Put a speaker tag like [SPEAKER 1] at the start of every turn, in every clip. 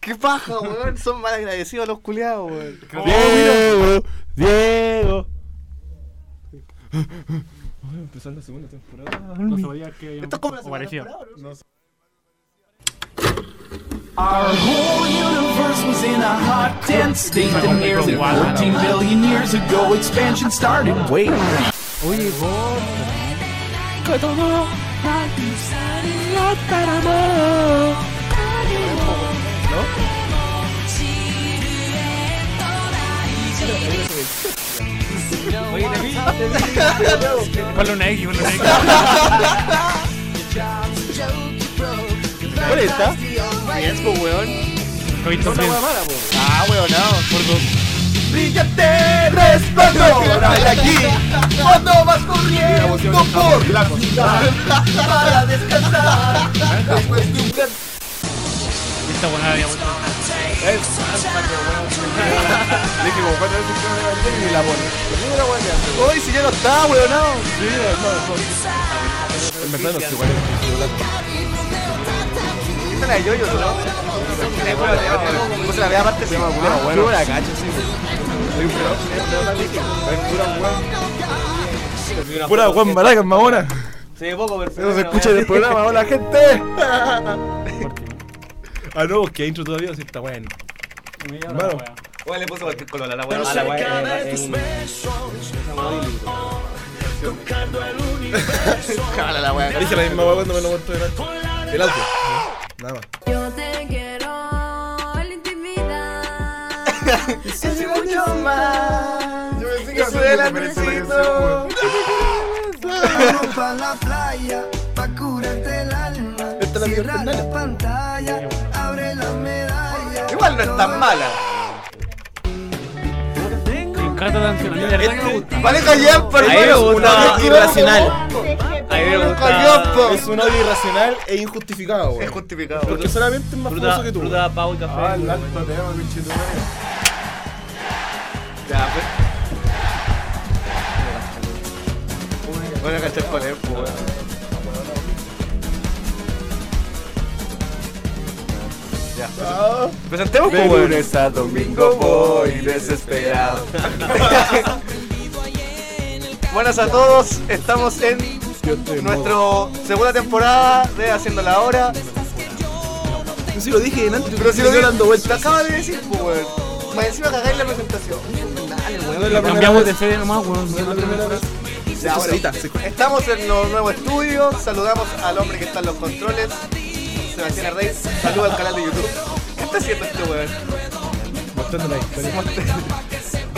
[SPEAKER 1] ¡Qué paja, weón! Son mal agradecidos los culiados, weón.
[SPEAKER 2] Oh,
[SPEAKER 3] Diego, Diego. Empezando la segunda temporada.
[SPEAKER 2] No sabía que habíamos-
[SPEAKER 1] Esto es como la segunda
[SPEAKER 2] parecido.
[SPEAKER 1] temporada, ¿no?
[SPEAKER 2] No sé.
[SPEAKER 4] Our whole universe was in a hot, dense state that nearly 14 billion years ago expansion started. Wait.
[SPEAKER 5] Oye, vos.
[SPEAKER 2] Oye, te vi. Ponle una X, ponle una X.
[SPEAKER 1] ¿Cuál está? Riesgo, weón.
[SPEAKER 2] Hoy
[SPEAKER 1] No
[SPEAKER 2] top
[SPEAKER 1] una
[SPEAKER 2] 10.
[SPEAKER 1] weá mala, weón. Ah, weón, no.
[SPEAKER 2] Por dos.
[SPEAKER 1] Brillante resplandor. Hay aquí. Cuando vas corriendo por la ciudad para descansar. Después de un gran
[SPEAKER 2] Esta buena había vuelto.
[SPEAKER 1] Eh,
[SPEAKER 3] Le dije como cuatro veces que no me levanté y la pone. Pero la weá que hace.
[SPEAKER 1] Hoy si Pues ya no está, weón, no.
[SPEAKER 3] Sí, no, no. En verdad no sé cuál es el celular.
[SPEAKER 1] Esta es la de Yoyo, ¿no? Puse la vea aparte, se llama
[SPEAKER 3] Ah,
[SPEAKER 1] culero,
[SPEAKER 3] bueno.
[SPEAKER 1] weón. la cacho, sí,
[SPEAKER 3] Soy un pelado, soy un pelado, dije, es pura weá. Pura Juan Baracas, mamona.
[SPEAKER 1] Se ve poco, pero.
[SPEAKER 3] Eso se escucha en el programa, hola gente. Ah, no, que intro todavía, sí está bueno. Hermano.
[SPEAKER 1] Weón, le puso cualquier color a la
[SPEAKER 5] A la wea, eh, en-
[SPEAKER 1] Jala la weá.
[SPEAKER 3] Dije la misma weá cuando me lo muerto el alto. El alto. Nada más.
[SPEAKER 6] Yo te quiero en la intimidad.
[SPEAKER 1] Es mucho más. Yo pensé que soy el andrecito.
[SPEAKER 7] pa' la playa, pa' curarte el alma.
[SPEAKER 1] Esta es la Miguel
[SPEAKER 7] Cierra
[SPEAKER 1] Fernández.
[SPEAKER 7] la pantalla, abre la medalla.
[SPEAKER 1] Igual no es tan mala.
[SPEAKER 2] Me encanta la canción. De verdad que me gusta.
[SPEAKER 1] Pareja Yampa,
[SPEAKER 5] A mí me
[SPEAKER 1] hermano.
[SPEAKER 5] gusta
[SPEAKER 1] Pareja
[SPEAKER 5] irracional.
[SPEAKER 6] A
[SPEAKER 5] A mí me
[SPEAKER 1] Yampa.
[SPEAKER 5] gusta.
[SPEAKER 3] Es un odio irracional e injustificado,
[SPEAKER 1] Es
[SPEAKER 3] weón.
[SPEAKER 1] justificado.
[SPEAKER 3] Porque solamente es más famoso
[SPEAKER 5] Fruta,
[SPEAKER 3] que tú.
[SPEAKER 5] fruta, pau y café. weón.
[SPEAKER 3] tema, pinche
[SPEAKER 1] Ya, pues. Voy a cachar con él, pues. Ya. Presentemos, pues, weón.
[SPEAKER 3] a domingo voy desesperado.
[SPEAKER 1] Buenas a todos. Estamos en nuestra segunda temporada de Haciendo la Hora.
[SPEAKER 3] Yo sí lo dije en antes,
[SPEAKER 1] Pero si lo
[SPEAKER 3] estoy
[SPEAKER 1] vi-
[SPEAKER 3] dando
[SPEAKER 1] Te
[SPEAKER 3] vueltas.
[SPEAKER 1] acaba de decir, pues, weón. Más encima cagáis la presentación. Dale, weón.
[SPEAKER 3] la
[SPEAKER 2] Cambiamos de sede nomás, weón.
[SPEAKER 3] la primera vez.
[SPEAKER 1] Ya, bueno,
[SPEAKER 3] Ahorita, sí.
[SPEAKER 1] estamos en los nuevos estudios, saludamos al hombre que está en los controles, Sebastián Reyes, saluda al canal de YouTube. ¿Qué está haciendo este weón?
[SPEAKER 3] Mostrando la historia.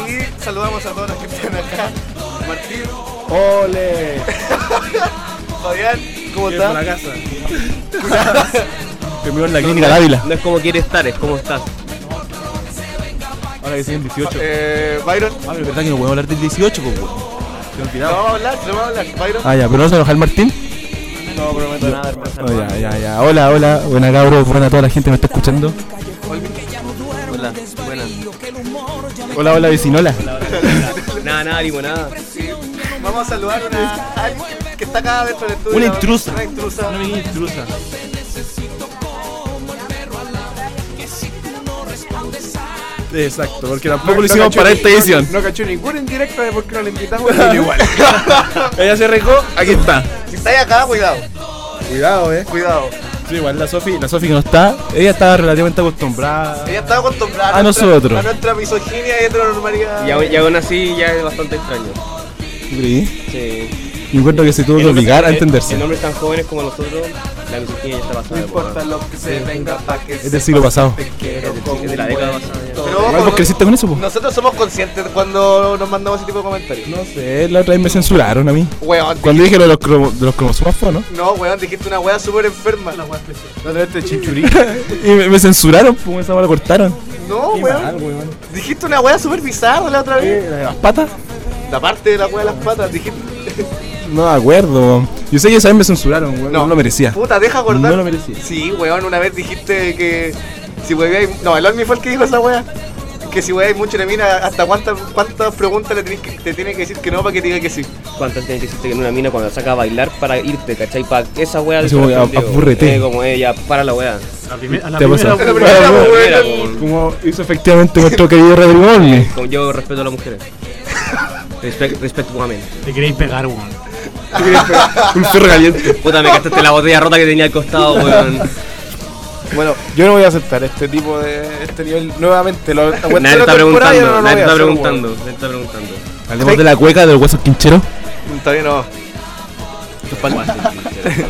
[SPEAKER 1] Y saludamos a todos los que están acá. Martín,
[SPEAKER 3] ¡Ole!
[SPEAKER 1] Fabián, ¿cómo
[SPEAKER 3] Llegamos a la
[SPEAKER 1] estás?
[SPEAKER 3] casa. Primero en la clínica Dávila.
[SPEAKER 5] No es como quieres estar, es como estás.
[SPEAKER 3] Ahora que siguen 18.
[SPEAKER 1] Eh, Byron,
[SPEAKER 3] Ah, pero verdad que no podemos hablar del 18, pues, weón. Te he
[SPEAKER 1] no
[SPEAKER 3] olvidado.
[SPEAKER 1] vamos a hablar, no vamos a hablar. Byron,
[SPEAKER 3] Ah, ya, pero no se enoja el Martín.
[SPEAKER 5] No prometo nada, hermosa.
[SPEAKER 3] Oh, ya, ya, ya. Hola, hola. Buena, cabros. Buena a toda la gente que me está escuchando.
[SPEAKER 5] Hola, buenas.
[SPEAKER 3] Hola, hola, vecinola.
[SPEAKER 5] Nada, nada, limonada.
[SPEAKER 1] vamos a saludar a una a alguien que- que está acá dentro del estudio.
[SPEAKER 3] Ah. Una intrusa.
[SPEAKER 1] Una intrusa.
[SPEAKER 2] Una mini intrusa.
[SPEAKER 3] Exacto, porque tampoco lo hicimos este para esta edición.
[SPEAKER 1] No cachó ningún en directo de por qué no le invitamos. pero igual.
[SPEAKER 3] Ella se arrancó, aquí está.
[SPEAKER 1] Si estáis acá, cuidado,
[SPEAKER 3] Cuidado, eh.
[SPEAKER 1] cuidado.
[SPEAKER 3] Sí, igual la Sofi, la Sofi que no está, ella está relativamente acostumbrada.
[SPEAKER 1] Ella está acostumbrada
[SPEAKER 3] A
[SPEAKER 1] nuestra-
[SPEAKER 3] nosotros.
[SPEAKER 1] a nuestra misoginia y heteronormalidad.
[SPEAKER 5] Y aún, y aún así ya es bastante extraño.
[SPEAKER 3] Sí.
[SPEAKER 5] Sí.
[SPEAKER 3] Yo encuentro que se tuvo que obligar a entenderse.
[SPEAKER 5] En hombres tan jóvenes como nosotros, la misoginia ya está pasada.
[SPEAKER 1] No importa
[SPEAKER 5] weón.
[SPEAKER 1] lo que se venga pa' que
[SPEAKER 3] Es del siglo pasado.
[SPEAKER 5] Es de la década pasada. ya.
[SPEAKER 1] Pero
[SPEAKER 3] Igual
[SPEAKER 1] ojo,
[SPEAKER 3] vos creciste con eso, po.
[SPEAKER 1] nosotros somos conscientes cuando nos mandamos ese tipo de comentarios.
[SPEAKER 3] No sé, la otra vez me censuraron a mí.
[SPEAKER 1] Weón,
[SPEAKER 3] Cuando dije lo de los, cromo- de los cromosomas, fue, ¿no?
[SPEAKER 1] di- no, weón, dijiste una wea súper enferma.
[SPEAKER 3] La otra vez te chinchurí. y me, me censuraron, pues esa me la cortaron.
[SPEAKER 1] No, weón. Dijiste una wea súper bizarra la otra vez.
[SPEAKER 3] ¿Las patas?
[SPEAKER 1] La parte de la wea de las patas, dijiste.
[SPEAKER 3] No me acuerdo, weón. Yo sé que esa vez me censuraron, weón. No, lo merecía.
[SPEAKER 1] Puta, deja acordar.
[SPEAKER 3] No lo merecía.
[SPEAKER 1] Sí, weón, una vez dijiste que. Si hueveáis. No, el Olmi fue el que dijo esa wea. que si weáis mucho la mina, ¿hasta cuántas cuántas preguntas le tenés que, te tiene que decir que no para que te diga que sí?
[SPEAKER 5] ¿Cuántas tienes que hiciste en una mina cuando la saca a bailar para irte, cachai? Para esa wea del
[SPEAKER 8] Así como,
[SPEAKER 5] corazón,
[SPEAKER 8] a-
[SPEAKER 5] digo,
[SPEAKER 8] apúrrete.
[SPEAKER 5] eh, como ella, para la wea.
[SPEAKER 2] La primera, la
[SPEAKER 8] Te
[SPEAKER 2] primera.
[SPEAKER 8] pasa.
[SPEAKER 1] La
[SPEAKER 2] weón.
[SPEAKER 1] primera,
[SPEAKER 8] Bueno,
[SPEAKER 1] pues,
[SPEAKER 5] Era,
[SPEAKER 1] weón.
[SPEAKER 5] como-
[SPEAKER 8] Como hizo efectivamente nuestro querido Rodrigo Olmi.
[SPEAKER 5] como yo respeto a las mujeres. Respect, respect women.
[SPEAKER 2] Te queréis pegar, weón.
[SPEAKER 8] Un perro caliente.
[SPEAKER 5] Puta, me gastaste la botella rota que tenía al costado, weón.
[SPEAKER 1] Bueno, yo no voy a aceptar este tipo de este nivel nuevamente. Lo aguanté
[SPEAKER 5] Nadie te
[SPEAKER 1] la
[SPEAKER 5] está
[SPEAKER 1] temporada y ahora
[SPEAKER 5] preguntando,
[SPEAKER 1] no lo
[SPEAKER 5] nadie
[SPEAKER 1] voy a
[SPEAKER 5] te está
[SPEAKER 1] hacer,
[SPEAKER 5] preguntando, nadie te está preguntando.
[SPEAKER 8] Hablemos de la cueca del hueso quinchero.
[SPEAKER 1] weón. Todavía no.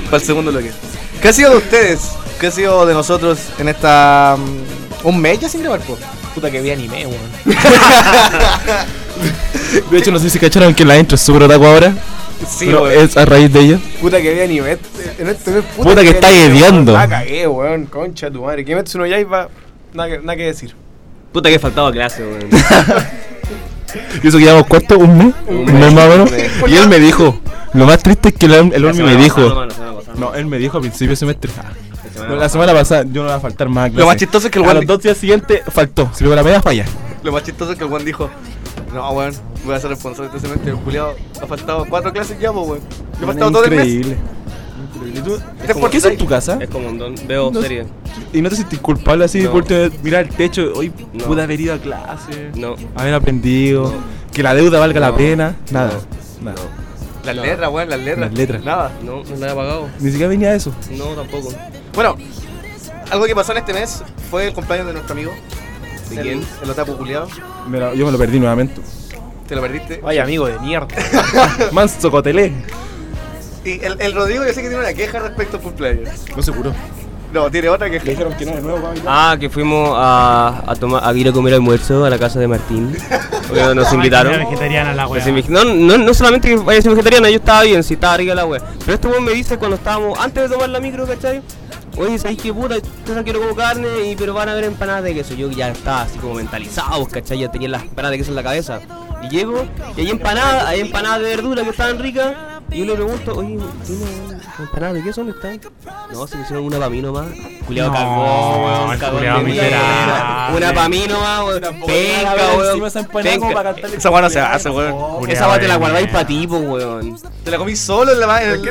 [SPEAKER 1] Para el segundo bloque. ¿Qué ha sido de ustedes? ¿Qué ha sido de nosotros en esta. mm, un mes ya sin grabar, po?
[SPEAKER 2] Puta que vi anime, weón.
[SPEAKER 8] De hecho, no sé si cacharon que la intro es súper otaku ahora.
[SPEAKER 1] Sí,
[SPEAKER 8] pero
[SPEAKER 1] weón.
[SPEAKER 8] es a raíz de ella.
[SPEAKER 1] Puta que vi anime. este- En este mes,
[SPEAKER 8] Puta que
[SPEAKER 1] vi
[SPEAKER 8] está
[SPEAKER 1] anime, weón.
[SPEAKER 8] hediondo.
[SPEAKER 1] La cagué, weón. Concha de tu madre. Que metes uno ya y va. Nada que, nada que decir.
[SPEAKER 5] Puta que faltaba clase, weón.
[SPEAKER 8] Y eso que llevamos cuarto, un mes, un mes más o menos. Y él me dijo, lo más triste es que el, el Olmi me dijo. No, él me dijo a principio de semestre. ah, la semana pasada yo no iba a faltar más a clase.
[SPEAKER 1] Lo más chistoso es que el
[SPEAKER 8] A
[SPEAKER 1] weón-
[SPEAKER 8] los dos días siguientes faltó. Si luego la media falla.
[SPEAKER 1] Lo más chistoso es que el Juan dijo: No, weón, voy a ser responsable de este semestre. El culiado ha faltado cuatro clases ya, po, weón. Le ha faltado todo el mes.
[SPEAKER 8] Increíble. Increíble. ¿Y tú?
[SPEAKER 1] Te
[SPEAKER 8] ¿Por qué es en tu casa?
[SPEAKER 5] Es como un don, veo
[SPEAKER 8] No sé.
[SPEAKER 5] series.
[SPEAKER 8] ¿Y Eh. no te sentís culpable así
[SPEAKER 5] No.
[SPEAKER 8] por mirar el techo? Hoy
[SPEAKER 5] No.
[SPEAKER 8] pude haber ido a clase,
[SPEAKER 5] No.
[SPEAKER 8] haber aprendido, que la deuda valga la
[SPEAKER 5] No.
[SPEAKER 8] pena, nada. nada.
[SPEAKER 1] Las letras, weón, las letras.
[SPEAKER 8] Las letras.
[SPEAKER 1] Nada.
[SPEAKER 5] No, no la he pagado.
[SPEAKER 8] Ni siquiera venía eso.
[SPEAKER 5] No, tampoco.
[SPEAKER 1] Bueno, algo que pasó en este mes fue el cumpleaños de nuestro amigo.
[SPEAKER 5] ¿De
[SPEAKER 1] el,
[SPEAKER 5] quién?
[SPEAKER 1] El otaku culiado.
[SPEAKER 8] Me la- yo me lo perdí nuevamente.
[SPEAKER 1] Te lo perdiste.
[SPEAKER 2] Vaya amigo de mierda.
[SPEAKER 8] Manso cotelé.
[SPEAKER 1] Y el, el Rodrigo yo sé que tiene una queja respecto al cumpleaños.
[SPEAKER 8] No se curó.
[SPEAKER 1] No, tiene otra queja.
[SPEAKER 8] dijeron que no de nuevo,
[SPEAKER 5] Ah, que fuimos a, a, tomar, a ir a comer almuerzo a la casa de Martín. Porque nos invitaron.
[SPEAKER 2] Era vegetariana la
[SPEAKER 5] Pues
[SPEAKER 2] weá.
[SPEAKER 5] si me- No, no, no solamente que vaya a ser vegetariana, yo estaba bien, si estaba rica la wea. Pero este weón me dice cuando estábamos, antes de tomar la micro, ¿cachai? Oye, ¿sabéis qué puta? Yo no quiero como carne, y, pero van a haber empanadas de queso. Yo ya estaba así como mentalizado, ¿cachai? Ya tenía las empanadas de queso en la cabeza. Y llego, y hay empanadas, hay empanadas de verdura que estaban ricas. Y yo le pregunto, oye, ¿tiene empanadas de queso? ¿Dónde están? No, se me hicieron una para mí nomás. Culeado
[SPEAKER 2] No,
[SPEAKER 5] cagó, weón,
[SPEAKER 2] el
[SPEAKER 5] cagó.
[SPEAKER 2] culiao
[SPEAKER 5] de mierda.
[SPEAKER 2] miserable.
[SPEAKER 5] Una para mí nomás, weón. Penca,
[SPEAKER 8] Encima esa
[SPEAKER 5] weón.
[SPEAKER 8] empanada como para
[SPEAKER 5] Penca.
[SPEAKER 8] cantarle
[SPEAKER 1] Esa weón no se hace, weón.
[SPEAKER 2] Culeado
[SPEAKER 5] Esa va te la
[SPEAKER 2] de
[SPEAKER 5] guardáis
[SPEAKER 2] mierda.
[SPEAKER 5] para ti, po, weón.
[SPEAKER 1] Te la comí solo en la, en el, en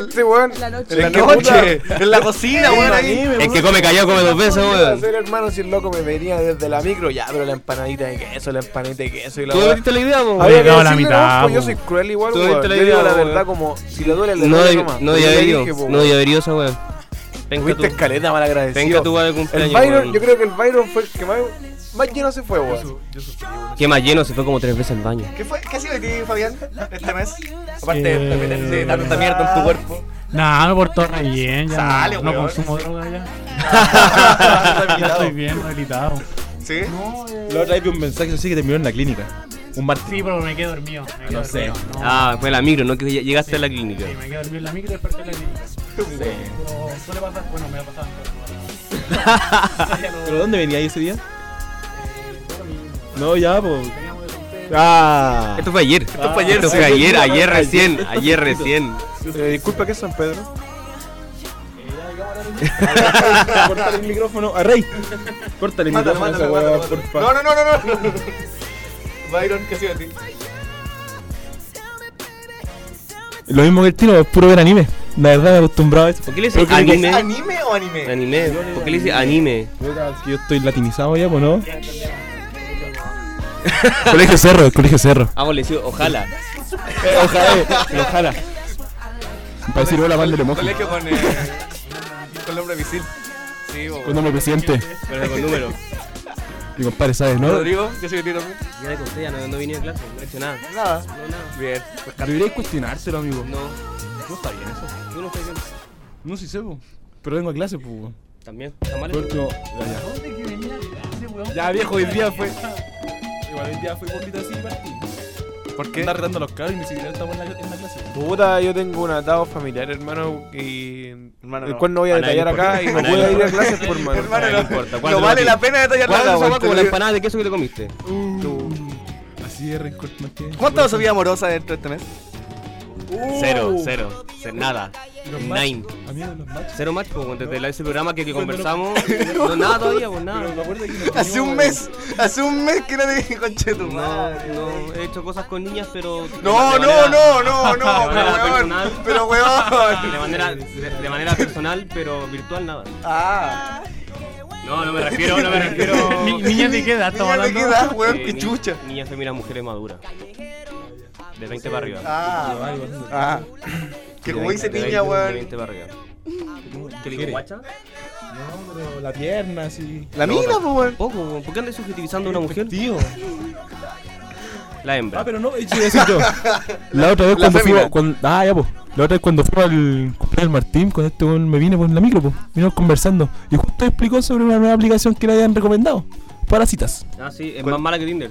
[SPEAKER 1] la noche. En la
[SPEAKER 8] ¿En qué
[SPEAKER 1] noche. En la cocina, weón. ahí.
[SPEAKER 5] El que come callado come dos veces, weón.
[SPEAKER 1] hermano si el loco me venía desde la micro ya pero la empanadita de queso la empanadita de queso y la
[SPEAKER 5] ¿Tú me metiste la idea, po?
[SPEAKER 2] Había que decirle, no,
[SPEAKER 1] pues
[SPEAKER 2] pues, yo soy
[SPEAKER 1] cruel igual
[SPEAKER 5] Tú weón. diste la Yo idea, digo la po, verdad, weón.
[SPEAKER 1] como si le duele
[SPEAKER 5] No, deb- no debía haber ido. No debía haber ido esa weón. Venga
[SPEAKER 1] Tuviste
[SPEAKER 5] tu,
[SPEAKER 1] escaleta mal agradecido.
[SPEAKER 5] venga tu weón de
[SPEAKER 1] El
[SPEAKER 5] cumpleaños,
[SPEAKER 1] Byron,
[SPEAKER 5] weón.
[SPEAKER 1] yo creo que el Byron fue el que más, más lleno se fue, weón.
[SPEAKER 5] Qué más lleno, se fue como tres veces al baño.
[SPEAKER 1] ¿Qué, fue? ¿Qué ha sido de ti, Fabián, este mes? Aparte
[SPEAKER 2] Eh,
[SPEAKER 1] de meterte tanta mierda en tu cuerpo.
[SPEAKER 2] Nah, me porto re bien. Ya
[SPEAKER 1] Sale,
[SPEAKER 2] no, no
[SPEAKER 1] weón.
[SPEAKER 2] consumo droga ya. ya
[SPEAKER 1] Rehabilitado.
[SPEAKER 2] estoy bien rehabilitado.
[SPEAKER 1] ¿Sí?
[SPEAKER 8] La otra vez vi un mensaje así que terminó en la clínica. Un martillo.
[SPEAKER 2] Sí, pero me quedé dormido. Me quedé
[SPEAKER 8] No sé.
[SPEAKER 2] dormido, no.
[SPEAKER 5] Ah, fue la micro, no que lleg- llegaste a la clínica.
[SPEAKER 2] Sí, me quedé dormido en la micro y desperté en la clínica. Pero suele pasar, bueno, me ha pasado.
[SPEAKER 5] Ah.
[SPEAKER 8] ¿Pero dónde venía ahí ese día? No, ya, pues. Ah.
[SPEAKER 5] Esto fue ayer. Esto fue ayer. Esto fue ayer, ayer recién. Ayer recién.
[SPEAKER 1] Eh, disculpa, ¿qué es San Pedro?
[SPEAKER 8] Cortale el micrófono a Rey. Cortale el
[SPEAKER 1] Mátalo,
[SPEAKER 8] micrófono a esa
[SPEAKER 1] mátalo,
[SPEAKER 8] weá,
[SPEAKER 1] mátalo.
[SPEAKER 8] porfa.
[SPEAKER 1] No, no, no, no, no. Byron, ¿qué ha sido de ti?
[SPEAKER 8] Lo mismo que el tino, es puro ver anime. La verdad me he acostumbrado a eso.
[SPEAKER 5] ¿Por qué le dices
[SPEAKER 8] Creo
[SPEAKER 1] ¿Es
[SPEAKER 8] que
[SPEAKER 5] anime?
[SPEAKER 1] anime o anime?
[SPEAKER 5] Anime. ¿Por qué le dices anime?
[SPEAKER 8] Es que yo estoy latinizado ya, pues no. colegio Cerro, colegio Cerro.
[SPEAKER 5] Ah, vos le decís, ojalá.
[SPEAKER 8] ojalá, eh, ojalá. Para decir hola, mándale mojo.
[SPEAKER 1] Colegio con, eh, con el hombre misil. Sí, weón.
[SPEAKER 8] Cuando me presidente.
[SPEAKER 5] Pero con número.
[SPEAKER 8] Mi compadre, ¿sabes, no?
[SPEAKER 1] Rodrigo, ¿qué ha sido de ti también?
[SPEAKER 5] Ya te conté, ya no, no vine a clase, no he hecho nada.
[SPEAKER 1] Nada.
[SPEAKER 5] No, nada.
[SPEAKER 1] Bien.
[SPEAKER 8] Deberíais cuestionárselo, amigo.
[SPEAKER 5] No,
[SPEAKER 8] No está bien eso.
[SPEAKER 5] tú no estás bien.
[SPEAKER 8] No, sí sé, po. Pero vengo a clase, pues.
[SPEAKER 5] También, está mal.
[SPEAKER 8] Por último, ya, ya. Ya, viejo, hoy día fue. Igual hoy día fue poquito así, Martín.
[SPEAKER 1] ¿Por qué?
[SPEAKER 8] Está retando los cabros y ni siquiera estamos en la, en la clase.
[SPEAKER 1] Puta, yo tengo un atado familiar, hermano, y hermano, el cual no voy a
[SPEAKER 5] A nadie
[SPEAKER 1] detallar
[SPEAKER 5] le importa.
[SPEAKER 1] acá y no
[SPEAKER 5] A nadie
[SPEAKER 1] puedo
[SPEAKER 5] le
[SPEAKER 1] ir a
[SPEAKER 5] importa.
[SPEAKER 1] clases por mano.
[SPEAKER 5] Hermano, no importa,
[SPEAKER 1] No
[SPEAKER 5] guárdalo
[SPEAKER 1] vale
[SPEAKER 5] aquí.
[SPEAKER 1] la pena detallar
[SPEAKER 5] ¿Cuál
[SPEAKER 1] nada,
[SPEAKER 5] es
[SPEAKER 1] weón, te
[SPEAKER 5] como
[SPEAKER 1] lo
[SPEAKER 5] la
[SPEAKER 1] digo. Uh.
[SPEAKER 5] empanada de queso que te comiste?
[SPEAKER 8] Así de rencor más que.
[SPEAKER 1] ¿Cuánto ha subido amorosa dentro de este mes?
[SPEAKER 5] Cero, cero, ce- nada.
[SPEAKER 8] Los match-
[SPEAKER 5] Nine.
[SPEAKER 8] A mí los match.
[SPEAKER 5] Cero match, pues, desde la- ese programa que, que conversamos. No, nada todavía, pues nada.
[SPEAKER 8] Pero me acuerdo que nos
[SPEAKER 1] Hace
[SPEAKER 8] teníamos-
[SPEAKER 1] un mes, hace un mes que no te conche tu
[SPEAKER 5] No,
[SPEAKER 1] madre.
[SPEAKER 5] no, he hecho cosas con niñas, pero.
[SPEAKER 1] No,
[SPEAKER 5] de
[SPEAKER 1] no,
[SPEAKER 5] manera-
[SPEAKER 1] no, no, no,
[SPEAKER 5] manera
[SPEAKER 1] pero weón,
[SPEAKER 5] personal.
[SPEAKER 1] pero
[SPEAKER 5] De
[SPEAKER 1] weón.
[SPEAKER 5] manera, de, de manera personal, pero virtual nada.
[SPEAKER 1] Ah,
[SPEAKER 5] No, no me refiero, no me refiero.
[SPEAKER 2] Ni- Niñas de qué edad estamos
[SPEAKER 1] niña, ¿de
[SPEAKER 2] hablando.
[SPEAKER 1] qué edad, weón?
[SPEAKER 5] Eh, ni-
[SPEAKER 1] Pichucha.
[SPEAKER 5] Niñas femeninas, mujeres maduras. De 20 para arriba.
[SPEAKER 1] Ah, ah. Que como dice
[SPEAKER 5] De
[SPEAKER 1] niña,
[SPEAKER 5] 20, De
[SPEAKER 1] weón.
[SPEAKER 5] 20 para arriba. ¿Qué
[SPEAKER 8] ¿Quiere?
[SPEAKER 5] le digo, guacha?
[SPEAKER 8] No, pero la pierna, así.
[SPEAKER 1] La mina, pues, weón.
[SPEAKER 5] Poco, weón. ¿por qué andas subjetivizando a una mujer?
[SPEAKER 8] Tío.
[SPEAKER 5] La hembra.
[SPEAKER 8] Ah, pero no, eso iba a decir yo. La otra vez
[SPEAKER 1] La
[SPEAKER 8] cuando
[SPEAKER 1] fémina.
[SPEAKER 8] fuimos. cuando- ah, ya, pues. La otra vez cuando fui al cumpleaños del Martín, cuando este weón me vine por la micro, pues. Vinimos conversando. Y justo explicó sobre una nueva aplicación que le habían recomendado. Para citas.
[SPEAKER 5] Ah, sí, es más mala que Tinder.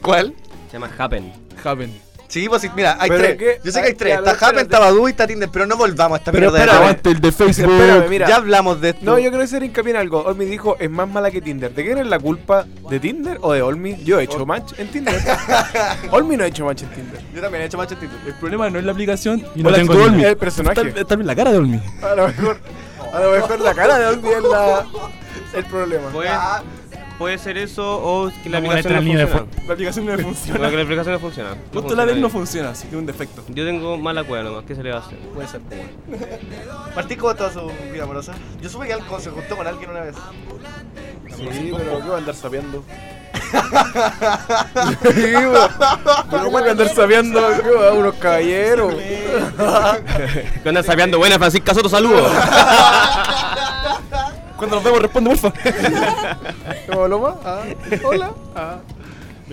[SPEAKER 1] ¿Cuál?
[SPEAKER 5] Se llama Happen.
[SPEAKER 8] Happen.
[SPEAKER 1] Sí, pues sí, mira, hay
[SPEAKER 3] Pero
[SPEAKER 1] tres.
[SPEAKER 3] qué-
[SPEAKER 1] Yo sé que hay
[SPEAKER 3] ay,
[SPEAKER 1] tres.
[SPEAKER 3] ya,
[SPEAKER 1] Está
[SPEAKER 3] pero
[SPEAKER 1] Happen,
[SPEAKER 3] espérate.
[SPEAKER 1] está Badoo y está Tinder, pero no volvamos a esta
[SPEAKER 8] Pero
[SPEAKER 1] mierda de nuevo.
[SPEAKER 8] espérate, el de Facebook.
[SPEAKER 3] Espérame, mira.
[SPEAKER 1] Ya hablamos de esto.
[SPEAKER 3] No, yo quiero hacer hincapié en algo. Olmi dijo, es más mala que Tinder. ¿De quién es la culpa? ¿De Tinder o de Olmi? Yo he hecho match en Tinder. Olmi no ha hecho match en Tinder.
[SPEAKER 1] Yo también he hecho macho en Tinder.
[SPEAKER 8] El problema no es la aplicación y
[SPEAKER 3] O
[SPEAKER 8] no
[SPEAKER 3] la
[SPEAKER 8] tengo
[SPEAKER 3] actitud
[SPEAKER 8] Olmi.
[SPEAKER 3] del personaje.
[SPEAKER 8] Tal, tal vez la cara de Olmi.
[SPEAKER 3] A lo mejor, a lo mejor la cara de Olmi es la, el problema.
[SPEAKER 5] Puede, puede ser eso o que la
[SPEAKER 2] Vamos
[SPEAKER 5] aplicación
[SPEAKER 2] a entrar en
[SPEAKER 5] no
[SPEAKER 2] línea de
[SPEAKER 5] funciona.
[SPEAKER 3] La aplicación no le
[SPEAKER 5] O
[SPEAKER 3] funciona.
[SPEAKER 5] que la aplicación no funciona. No
[SPEAKER 8] Justo
[SPEAKER 5] funciona
[SPEAKER 8] la vez
[SPEAKER 5] bien.
[SPEAKER 8] no funciona, así que es un defecto.
[SPEAKER 5] Yo tengo mala cueva nomás, ¿qué se le va a hacer?
[SPEAKER 1] Puede ser. Martín, ¿cómo está su vida amorosa? Yo supe que él se juntó con alguien una vez.
[SPEAKER 3] Sí, pero ¿qué va a andar sabiendo? pero ¿cómo va a andar sabiendo? ¿Qué va? Unos caballeros.
[SPEAKER 5] ¿Qué andas sabiando? Buena, Francisca Soto, saludos.
[SPEAKER 8] Cuando nos vemos, responde, porfa.
[SPEAKER 3] ¿Cómo Loma? Ah, hola. Ah.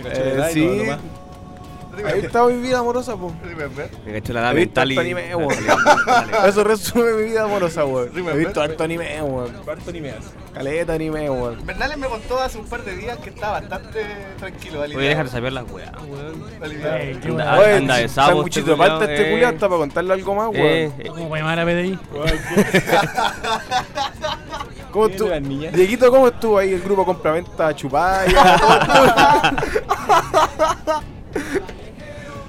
[SPEAKER 3] Eh, sí. Ahí está mi vida amorosa, po.
[SPEAKER 1] Remember.
[SPEAKER 5] Me cachó la edad
[SPEAKER 3] He visto
[SPEAKER 5] mental y...
[SPEAKER 3] harto anime, weón. Eso resume mi vida amorosa, weón. He visto harto anime, weón. Caleta anime, weón.
[SPEAKER 1] Bernales me contó hace un par de días que estaba bastante tranquilo.
[SPEAKER 5] Voy a dejar de saber las weas,
[SPEAKER 2] Ah,
[SPEAKER 5] weón.
[SPEAKER 1] aliviado.
[SPEAKER 2] Eh, qué
[SPEAKER 5] Anda,
[SPEAKER 2] weón.
[SPEAKER 5] anda, anda de sabo
[SPEAKER 3] muchito de
[SPEAKER 5] culiao,
[SPEAKER 3] falta este
[SPEAKER 5] eh.
[SPEAKER 3] culiao hasta para contarle algo más,
[SPEAKER 5] Eh,
[SPEAKER 3] weón.
[SPEAKER 5] eh,
[SPEAKER 2] ¿Cómo voy a llamar a PDI?
[SPEAKER 3] ¿Cómo
[SPEAKER 8] ¿Qué
[SPEAKER 3] estuvo?
[SPEAKER 8] eran, niña?
[SPEAKER 3] Dieguito, ¿cómo estuvo ahí el grupo complementa chupada?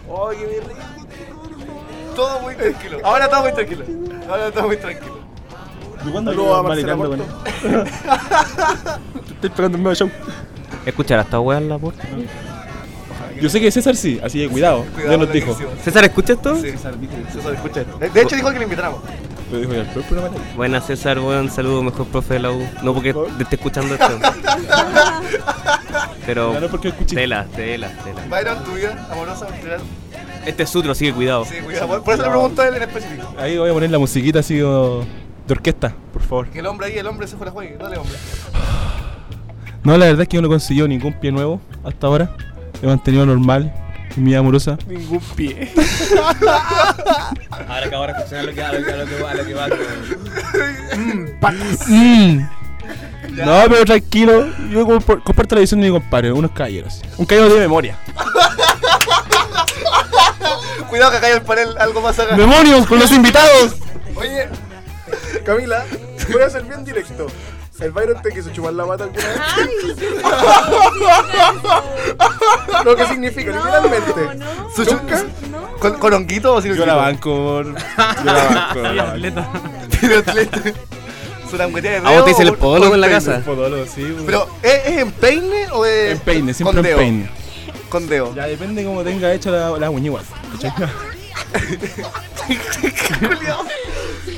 [SPEAKER 1] Oye, mi rico. Todo muy tranquilo. Ahora todo muy tranquilo. Ahora todo muy tranquilo.
[SPEAKER 8] ¿De cuándo
[SPEAKER 3] Saludos a Marcela
[SPEAKER 8] maricando
[SPEAKER 3] Porto.
[SPEAKER 8] Te estoy pegando en medio show.
[SPEAKER 5] Escuchar a esta wea en la puerta.
[SPEAKER 8] Yo sé que César sí, así que cuidado. ya
[SPEAKER 1] Cuidado
[SPEAKER 8] nos
[SPEAKER 1] con la
[SPEAKER 8] dijo.
[SPEAKER 1] canción.
[SPEAKER 5] César, ¿escucha esto?
[SPEAKER 1] Sí. César, escucha esto. De de hecho, dijo que lo invitáramos.
[SPEAKER 8] Lo dijo ya el propio programa.
[SPEAKER 5] Buenas, César, buen saludo, mejor profe de la U. No porque te esté escuchando esto. Pero...
[SPEAKER 8] Ya no porque escuché.
[SPEAKER 5] Tela, tela, tela.
[SPEAKER 1] Byron, tu vida amorosa, en general.
[SPEAKER 5] Este es sutro, así que cuidado.
[SPEAKER 1] Sí, cuidado. Por eso le pregunto a él en específico.
[SPEAKER 8] Ahí voy a poner la musiquita así o- de orquesta, por favor.
[SPEAKER 1] Que el hombre ahí, el hombre se fue a la juegue. Dale, hombre.
[SPEAKER 8] No, la verdad es que yo no consiguió ningún pie nuevo hasta ahora. He mantenido normal mi vida amorosa.
[SPEAKER 3] Ningún pie.
[SPEAKER 5] Ahora acabo de escuchar lo que, a lo que, a lo que va, a lo que va.
[SPEAKER 8] Mm. No, pero tranquilo. Yo comp- comparto la visión de mi compadre, unos caballeros. Un caballero de memoria.
[SPEAKER 1] Cuidado que acá hay el panel algo más acá.
[SPEAKER 8] ¡Demonios con los invitados!
[SPEAKER 3] Oye, Camila, voy a ser bien directo. ¿El Byron te quiso chupar la pata alguna vez? ¿Lo que significa? literalmente.
[SPEAKER 6] no,
[SPEAKER 1] ¿Su chuca?
[SPEAKER 6] no.
[SPEAKER 1] ¿Con, con honguito o sin
[SPEAKER 8] Yo la banco. Yo la banco.
[SPEAKER 2] Soy atleta.
[SPEAKER 1] Tiratleta. Su languetera de
[SPEAKER 5] ¿A vos te
[SPEAKER 1] dedo
[SPEAKER 5] dicen
[SPEAKER 1] o
[SPEAKER 5] el
[SPEAKER 1] un-
[SPEAKER 5] podólogo
[SPEAKER 1] o un
[SPEAKER 5] en la
[SPEAKER 1] peine?
[SPEAKER 5] casa?
[SPEAKER 8] Podólogo, sí. güey.
[SPEAKER 1] Pero, ¿es, es en peine o es...?
[SPEAKER 8] En peine,
[SPEAKER 1] con
[SPEAKER 8] siempre en
[SPEAKER 1] dedo?
[SPEAKER 8] peine.
[SPEAKER 1] Con dedo.
[SPEAKER 8] Ya depende cómo tenga hecha la, la uña igual.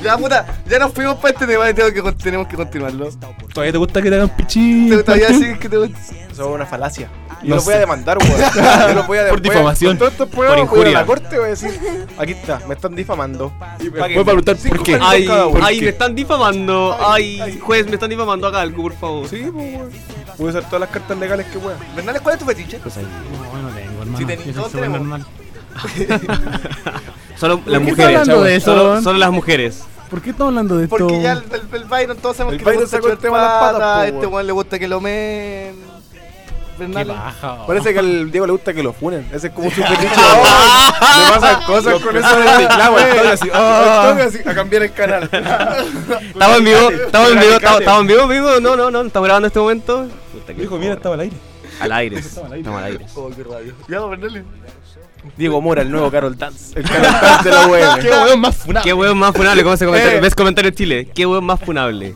[SPEAKER 1] Ya, puta, ya nos fuimos para este tema y tengo que, con- tenemos que continuarlo.
[SPEAKER 8] ¿Todavía te gusta que te hagan pichín?
[SPEAKER 1] ¿Te todavía
[SPEAKER 8] Martín?
[SPEAKER 1] sí que te
[SPEAKER 3] Eso es una falacia. Yo
[SPEAKER 8] No
[SPEAKER 3] los voy a
[SPEAKER 8] sé.
[SPEAKER 3] demandar, weón. Yo los voy a después-
[SPEAKER 8] Por difamación.
[SPEAKER 3] Con todos estos pruebas,
[SPEAKER 5] Por
[SPEAKER 3] voy a ir a la
[SPEAKER 5] injuria.
[SPEAKER 3] corte voy a decir, aquí está, me están difamando. Y
[SPEAKER 8] Después va a preguntar por qué.
[SPEAKER 3] Ay,
[SPEAKER 5] Ay,
[SPEAKER 3] Cada uno.
[SPEAKER 5] ay, me están difamando. Ay, juez, me están difamando acá algo, por favor.
[SPEAKER 3] Sí, pues, weón. Voy a usar todas las cartas legales que pueda.
[SPEAKER 1] Bernales, ¿cuál es tu fetiche?
[SPEAKER 2] No, no tengo, hermano.
[SPEAKER 1] Si
[SPEAKER 2] Yo
[SPEAKER 1] tenés
[SPEAKER 2] soy
[SPEAKER 1] dos,
[SPEAKER 2] súper
[SPEAKER 1] tenemos.
[SPEAKER 2] normal.
[SPEAKER 5] Solo las
[SPEAKER 2] qué está
[SPEAKER 5] mujeres.
[SPEAKER 2] hablando de eso,
[SPEAKER 5] Solo,
[SPEAKER 2] weón?
[SPEAKER 5] solo las mujeres.
[SPEAKER 2] ¿Por qué estamos hablando de esto?
[SPEAKER 1] Porque ya el, el, el Byron, todos sabemos
[SPEAKER 3] El
[SPEAKER 1] que
[SPEAKER 3] Byron
[SPEAKER 1] le gusta
[SPEAKER 3] sacó el
[SPEAKER 1] chupar
[SPEAKER 3] tema de las patas,
[SPEAKER 1] patas,
[SPEAKER 3] po,
[SPEAKER 1] a este
[SPEAKER 3] weón.
[SPEAKER 1] weón le gusta que lo men...
[SPEAKER 2] Qué
[SPEAKER 1] Bernales.
[SPEAKER 2] baja.
[SPEAKER 3] Oh. Parece que al Diego le gusta que lo funen. Ese es como su fetiche. Ay, Le pasan cosas con eso del teclado.
[SPEAKER 8] Al toque
[SPEAKER 3] güey.
[SPEAKER 8] así,
[SPEAKER 3] Al toque así, oh. A cambiar el canal.
[SPEAKER 5] Estamos en vivo, estamos en vivo, estamos estamos en vivo, vivo. No, no, no, estamos grabando en este momento. Puta, qué
[SPEAKER 8] Dijo, mira,
[SPEAKER 5] horror.
[SPEAKER 8] estaba al aire.
[SPEAKER 5] Al aire. Estamos al aire.
[SPEAKER 3] Diego Mora, el nuevo Carol Dance. El Carol Dance de la
[SPEAKER 8] Qué
[SPEAKER 3] web.
[SPEAKER 8] weón más funado.
[SPEAKER 5] ¿Qué hueón más funable? ¿Cómo se comentario?
[SPEAKER 3] Eh.
[SPEAKER 5] ¿Ves comentario en Chile? ¿Qué hueón más funable?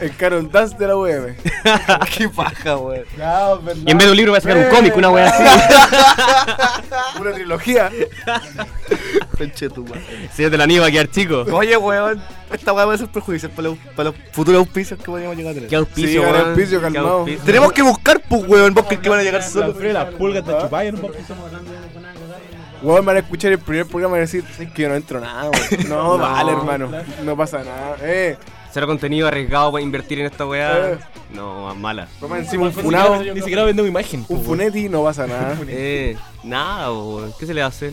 [SPEAKER 3] El Carol Dance de la web.
[SPEAKER 5] Qué paja, weón.
[SPEAKER 2] Ya,
[SPEAKER 3] pues,
[SPEAKER 2] verdad.
[SPEAKER 5] Y en vez de un libro va a sacar un cómic, una weá así.
[SPEAKER 3] Una trilogía.
[SPEAKER 5] Señor de la nieve va a quedar chico.
[SPEAKER 9] Oye, weón, esta weá va a ser perjudicial para los, para los futuros auspicios que podríamos llegar a tener.
[SPEAKER 5] Qué auspicio,
[SPEAKER 3] Sí,
[SPEAKER 5] weón.
[SPEAKER 3] ahora auspicio,
[SPEAKER 5] Qué
[SPEAKER 3] calmado.
[SPEAKER 5] auspicio.
[SPEAKER 9] Tenemos que buscar, pues, weón, bosques que van a llegar solos.
[SPEAKER 8] La pulga te chupáis en un papel.
[SPEAKER 3] Weón, van a escuchar el primer programa y van a decir "Es que yo no entro nada, weón. No, vale, hermano. No pasa nada. Eh,
[SPEAKER 5] Será contenido arriesgado para invertir en esta weá.
[SPEAKER 3] Eh.
[SPEAKER 5] No, más mala.
[SPEAKER 3] toma encima un funado,
[SPEAKER 8] Ni siquiera vende mi imagen. pues,
[SPEAKER 3] un funetti, no pasa nada.
[SPEAKER 5] Eh, nada, weón. ¿Qué se le va a hacer?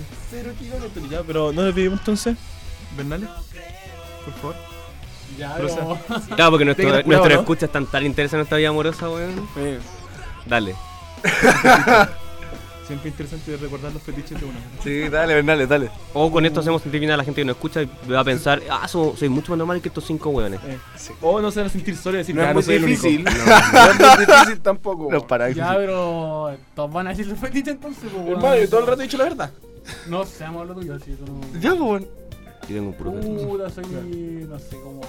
[SPEAKER 8] Ya, pero no le pedimos entonces. Bernales.
[SPEAKER 2] Ya, pero-
[SPEAKER 5] Claro, porque nuestro,
[SPEAKER 8] Te quedas curado,
[SPEAKER 5] nuestros
[SPEAKER 8] ¿no?
[SPEAKER 5] escuchas están tan interesados en nuestra vida amorosa, weón.
[SPEAKER 3] Eh,
[SPEAKER 5] Dale.
[SPEAKER 8] Siempre interesante recordar los fetiches de uno.
[SPEAKER 9] Sí, dale, Bernales, dale.
[SPEAKER 5] O con esto hacemos sentir bien a la gente que nos escucha y va a pensar, ah, so- soy mucho más normal que estos cinco weones.
[SPEAKER 8] O no se van a sentir solo y decir,
[SPEAKER 3] No
[SPEAKER 8] "Ah,
[SPEAKER 3] es muy
[SPEAKER 8] soy el único".
[SPEAKER 3] difícil. No es muy difícil tampoco.
[SPEAKER 9] Los
[SPEAKER 3] weón.
[SPEAKER 9] paráis.
[SPEAKER 2] Ya, pero. Todos van a decir lo fetiche entonces, pues, weón.
[SPEAKER 8] Hermano, yo todo el rato he dicho la verdad.
[SPEAKER 2] No seamos lo tuyo, así como.
[SPEAKER 9] Ya, pues, weón.
[SPEAKER 5] Yo tengo un puro que-
[SPEAKER 2] Puta, soy. No sé cómo.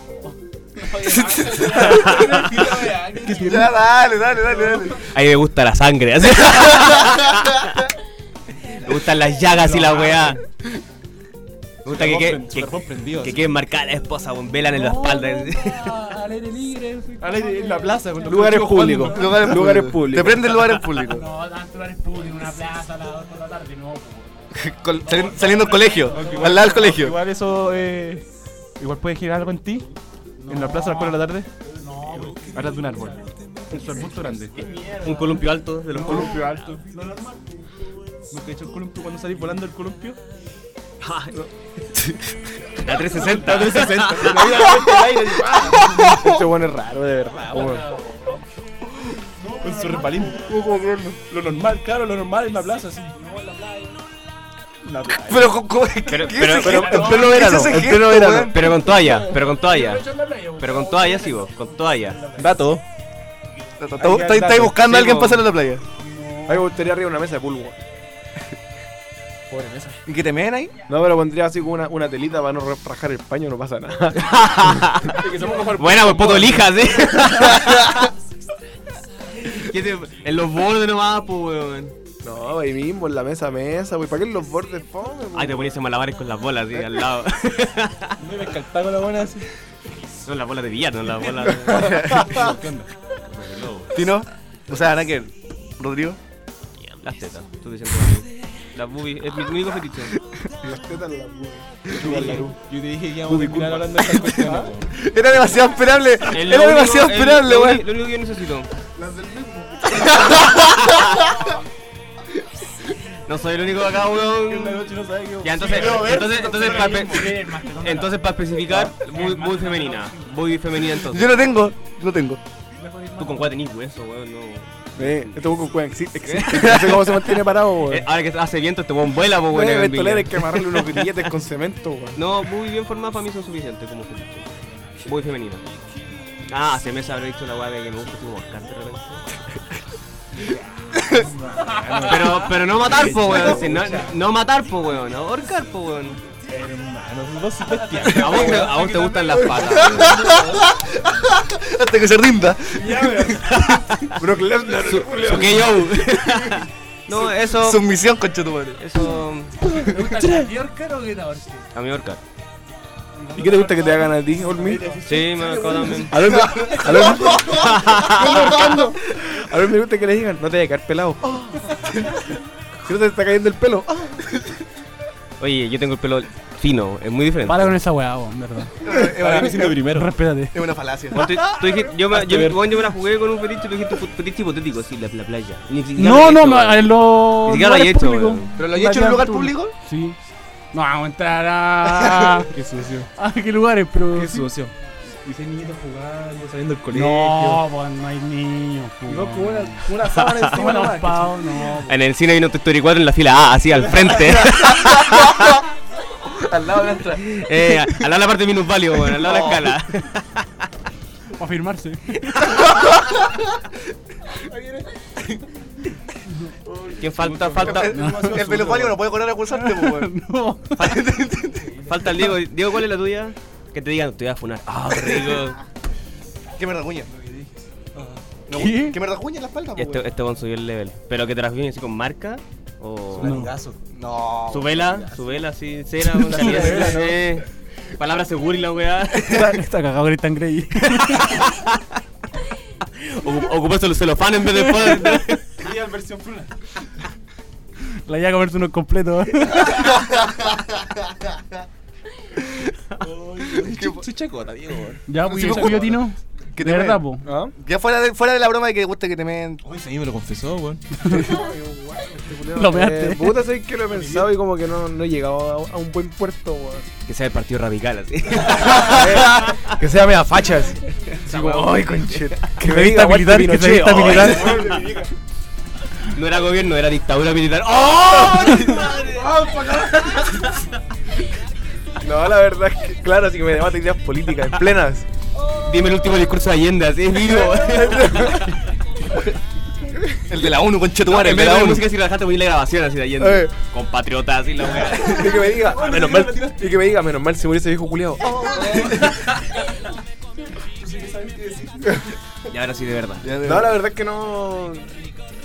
[SPEAKER 9] Ya, dale, dale, dale, dale.
[SPEAKER 5] A mí me gusta la sangre. así. me gustan las llagas y la weá. Me gusta que, que, que, que queden marcadas la esposa, weón. Velan en la espalda.
[SPEAKER 2] Al aire libre. no sé
[SPEAKER 8] Al aire,
[SPEAKER 2] cómo.
[SPEAKER 8] En la plaza, con los
[SPEAKER 3] Lugares
[SPEAKER 8] chicos jugando.
[SPEAKER 3] públicos.
[SPEAKER 9] Lugares,
[SPEAKER 3] Lugares
[SPEAKER 9] Te
[SPEAKER 3] públicos.
[SPEAKER 9] prenden lugares públicos.
[SPEAKER 2] No, tanto lugares públicos, una plaza a las 2 de la tarde, no. pues, weón.
[SPEAKER 9] Col- sali- saliendo del colegio. Al lado del colegio.
[SPEAKER 8] Igual eso, eh, igual puede generar algo en ti. En la plaza a las 4 de la tarde. No. Atrás de un árbol. En su arbusto grande.
[SPEAKER 5] Un columpio alto de los columpios.
[SPEAKER 8] alto. Nunca he hecho el columpio cuando salís volando el columpio.
[SPEAKER 5] La 360. La 360.
[SPEAKER 3] Este weón es raro, de verdad, weón.
[SPEAKER 8] Con su repalín. Lo normal, claro, lo normal en la plaza, sí.
[SPEAKER 9] Pero, ¿cómo- cómo- ¿qué
[SPEAKER 5] Pero,
[SPEAKER 9] ¿qué
[SPEAKER 5] pero,
[SPEAKER 9] es
[SPEAKER 5] pero,
[SPEAKER 9] ese
[SPEAKER 5] en
[SPEAKER 9] gesto?
[SPEAKER 5] pleno
[SPEAKER 9] ¿Qué es
[SPEAKER 5] verano.
[SPEAKER 9] ese
[SPEAKER 5] En
[SPEAKER 9] gesto,
[SPEAKER 5] pleno verano.
[SPEAKER 9] weón?
[SPEAKER 5] Pero con toalla. Pero con toalla.
[SPEAKER 2] Yo en la playa, weón.
[SPEAKER 5] Pero con toalla sí, vos. Con toalla.
[SPEAKER 8] Dato.
[SPEAKER 9] Está- está- Estáis buscando a alguien para salir a la playa.
[SPEAKER 3] A mí me gustaría arriba una mesa de pool, weón.
[SPEAKER 9] ¿Y que te meen ahí?
[SPEAKER 3] No, pero pondría así como una, una telita para no ra- rajar el paño, no pasa nada.
[SPEAKER 5] Buena, pues poto lija, sí. ¿Qué te- En los bordes nomás, pues, weón.
[SPEAKER 3] No, ahí mismo, en la mesa, mesa, güey. ¿Para qué en los bordes fome,
[SPEAKER 5] Ay, te
[SPEAKER 3] weón?
[SPEAKER 5] ponías en malabares con las bolas, sí, al lado.
[SPEAKER 8] No me encantaba con la buena así.
[SPEAKER 5] Son las bolas de billar, no las bolas de...
[SPEAKER 9] ¿Tino? O sea, nada que ver. ¿Rodrigo?
[SPEAKER 5] Las tetas, tú diciendo las boobies. Las boobies, es mi único fetiche.
[SPEAKER 3] Las tetas en la weón.
[SPEAKER 8] Yo te dije que íbamos a terminar hablando de estas cuestiones. weón.
[SPEAKER 9] Era demasiado esperable.
[SPEAKER 5] Es
[SPEAKER 9] Era
[SPEAKER 5] lo único-
[SPEAKER 9] demasiado
[SPEAKER 5] es
[SPEAKER 9] esperable,
[SPEAKER 5] lo
[SPEAKER 9] weón.
[SPEAKER 5] uni- Lo único que yo necesito. Las del mismo. No soy el único acá, weón. Ya, entonces, entonces, entonces, para, pe- entonces para especificar, muy, muy femenina. Muy femenina entonces.
[SPEAKER 9] Yo no tengo, no tengo.
[SPEAKER 5] Tú con cuál tenés hueso, weón, no.
[SPEAKER 3] Eh, este buco weón existe, existe. No sé cómo se mantiene parado, weón.
[SPEAKER 5] Eh, Ahora que hace viento, este weón vuela, pues, weón.
[SPEAKER 3] Eh,
[SPEAKER 5] en
[SPEAKER 3] Beto Lera, hay
[SPEAKER 5] Viña.
[SPEAKER 3] que amarrarle unos grilletes con cemento, weón.
[SPEAKER 5] No, muy bien formada para mí son suficientes como fetiche. Muy femenina. Ah, se me habrá dicho la weá de que me gusta tu bastante de repente. pero, pero no matar, po, weón. si no, no matar, po, weón. Ahorcar, po, weón.
[SPEAKER 8] Hermano, vos sos bestia.
[SPEAKER 5] A vos, te- a vos te gustan las patas, weón.
[SPEAKER 9] Hasta que se rinda.
[SPEAKER 3] Bro, Lesnar,
[SPEAKER 5] So que yo. no, eso.
[SPEAKER 9] Sumisión, concha tu madre.
[SPEAKER 5] Eso.
[SPEAKER 2] ¿Te gusta el Yorker o qué tal?
[SPEAKER 5] A mí ahorcar.
[SPEAKER 3] ¿Y qué te gusta que te hagan a ti, Olmi?
[SPEAKER 5] Sí, me acabo también.
[SPEAKER 3] A ver, me- a ver, a ver, me gusta que le digan, no te vayas a quedar pelado. Si no te está cayendo el pelo.
[SPEAKER 5] Oye, yo tengo el pelo fino, es muy diferente.
[SPEAKER 2] Para con esa weá, weón, verdad.
[SPEAKER 8] Ahora me siento primero.
[SPEAKER 2] Espérate.
[SPEAKER 9] Es una falacia.
[SPEAKER 5] Bueno, tú, tú dijiste, yo, me, yo,
[SPEAKER 8] ver.
[SPEAKER 5] bueno, yo me la jugué con un fetiche, tú dijiste fu- fetiche hipotético, sí, la, la playa. Ni siquiera lo
[SPEAKER 2] No,
[SPEAKER 5] he hecho,
[SPEAKER 2] no, no,
[SPEAKER 5] weón.
[SPEAKER 2] en los.
[SPEAKER 5] Ni siquiera lo he
[SPEAKER 2] lugares
[SPEAKER 5] hecho,
[SPEAKER 2] públicos.
[SPEAKER 5] weón.
[SPEAKER 9] ¿Pero lo he hecho en un lugar público?
[SPEAKER 2] Sí. No, vamos a entrar a.
[SPEAKER 8] Qué sucio.
[SPEAKER 2] ¿A Ah, qué lugares? Pero.
[SPEAKER 8] Qué sucio. Y seis niñitos jugando, saliendo del colegio.
[SPEAKER 2] No, pues no hay niños, pues.
[SPEAKER 8] No, como una, como una sábana
[SPEAKER 2] Como
[SPEAKER 8] encima de la
[SPEAKER 2] los
[SPEAKER 8] vaca.
[SPEAKER 2] pavos, no. pues.
[SPEAKER 5] En el cine vino Toy Story 4 en la fila A, así al frente.
[SPEAKER 9] Al lado de la entrada.
[SPEAKER 5] eh, al lado de la parte minusválido, bueno, al lado de la escala.
[SPEAKER 2] Para firmarse.
[SPEAKER 5] Que falta, falta,
[SPEAKER 9] El pelopario no puede correr a cursarte, pues, weón.
[SPEAKER 2] No.
[SPEAKER 5] falta el Diego. Diego, ¿cuál es la tuya? Que te digan, te voy a funar. Ah, rico.
[SPEAKER 9] Que me rasguña. No,
[SPEAKER 2] ¿Qué?
[SPEAKER 9] Que me rasguña la espalda, pues,
[SPEAKER 5] Este, este bon subió el level. Pero que te las vienen así con marca. O.
[SPEAKER 9] weón. No.
[SPEAKER 5] Su vela, su vela así, cera, weón, salía así, sí. Palabra segura y la weá.
[SPEAKER 2] Está, está cagado Gritan Grey.
[SPEAKER 5] Ocu- Ocupaste los celofanes en vez de poder.
[SPEAKER 2] La iba a comerse uno completo.
[SPEAKER 9] Soy chacota, Diego, weón.
[SPEAKER 2] ya, pues
[SPEAKER 9] Sí,
[SPEAKER 2] yo
[SPEAKER 9] me
[SPEAKER 2] soy yo, Tino.
[SPEAKER 9] Que
[SPEAKER 2] De
[SPEAKER 9] te
[SPEAKER 2] verdad,
[SPEAKER 9] ven.
[SPEAKER 2] po.
[SPEAKER 3] ¿Ah?
[SPEAKER 9] Ya fuera de, fuera de la broma de que te gusta que te meen.
[SPEAKER 8] Uy, ese ahí me lo confesó, weón.
[SPEAKER 2] Lo pegaste.
[SPEAKER 3] Eh, puta, sabes que lo he pensado y como que no, no he llegado a, a un buen puerto, weón.
[SPEAKER 5] Que sea el partido radical así.
[SPEAKER 3] Que sea media fachas. Ay, conchet. Que me
[SPEAKER 2] Revista
[SPEAKER 3] diga
[SPEAKER 2] militar, que
[SPEAKER 3] Pinochet,
[SPEAKER 2] revista
[SPEAKER 3] ay,
[SPEAKER 2] militar.
[SPEAKER 5] No era gobierno, era dictadura militar. ¡Oh!
[SPEAKER 3] No, la verdad es que, claro, así que me debate ideas políticas en plenas.
[SPEAKER 5] Dime el último discurso de Allende, así es vivo.
[SPEAKER 9] El de la ONU, con
[SPEAKER 5] Tú,
[SPEAKER 9] Chetumare, el
[SPEAKER 5] en
[SPEAKER 9] de
[SPEAKER 5] vez de
[SPEAKER 9] la
[SPEAKER 5] la
[SPEAKER 9] ONU.
[SPEAKER 5] música si la dejaste poner la grabación así de Allende.
[SPEAKER 3] Eh.
[SPEAKER 5] Compatriota así la weá.
[SPEAKER 3] Y que me diga, menos mal, y que me diga, menos mal se murió ese viejo culiado.
[SPEAKER 5] Y ahora sí de verdad.
[SPEAKER 3] No, la verdad es que no.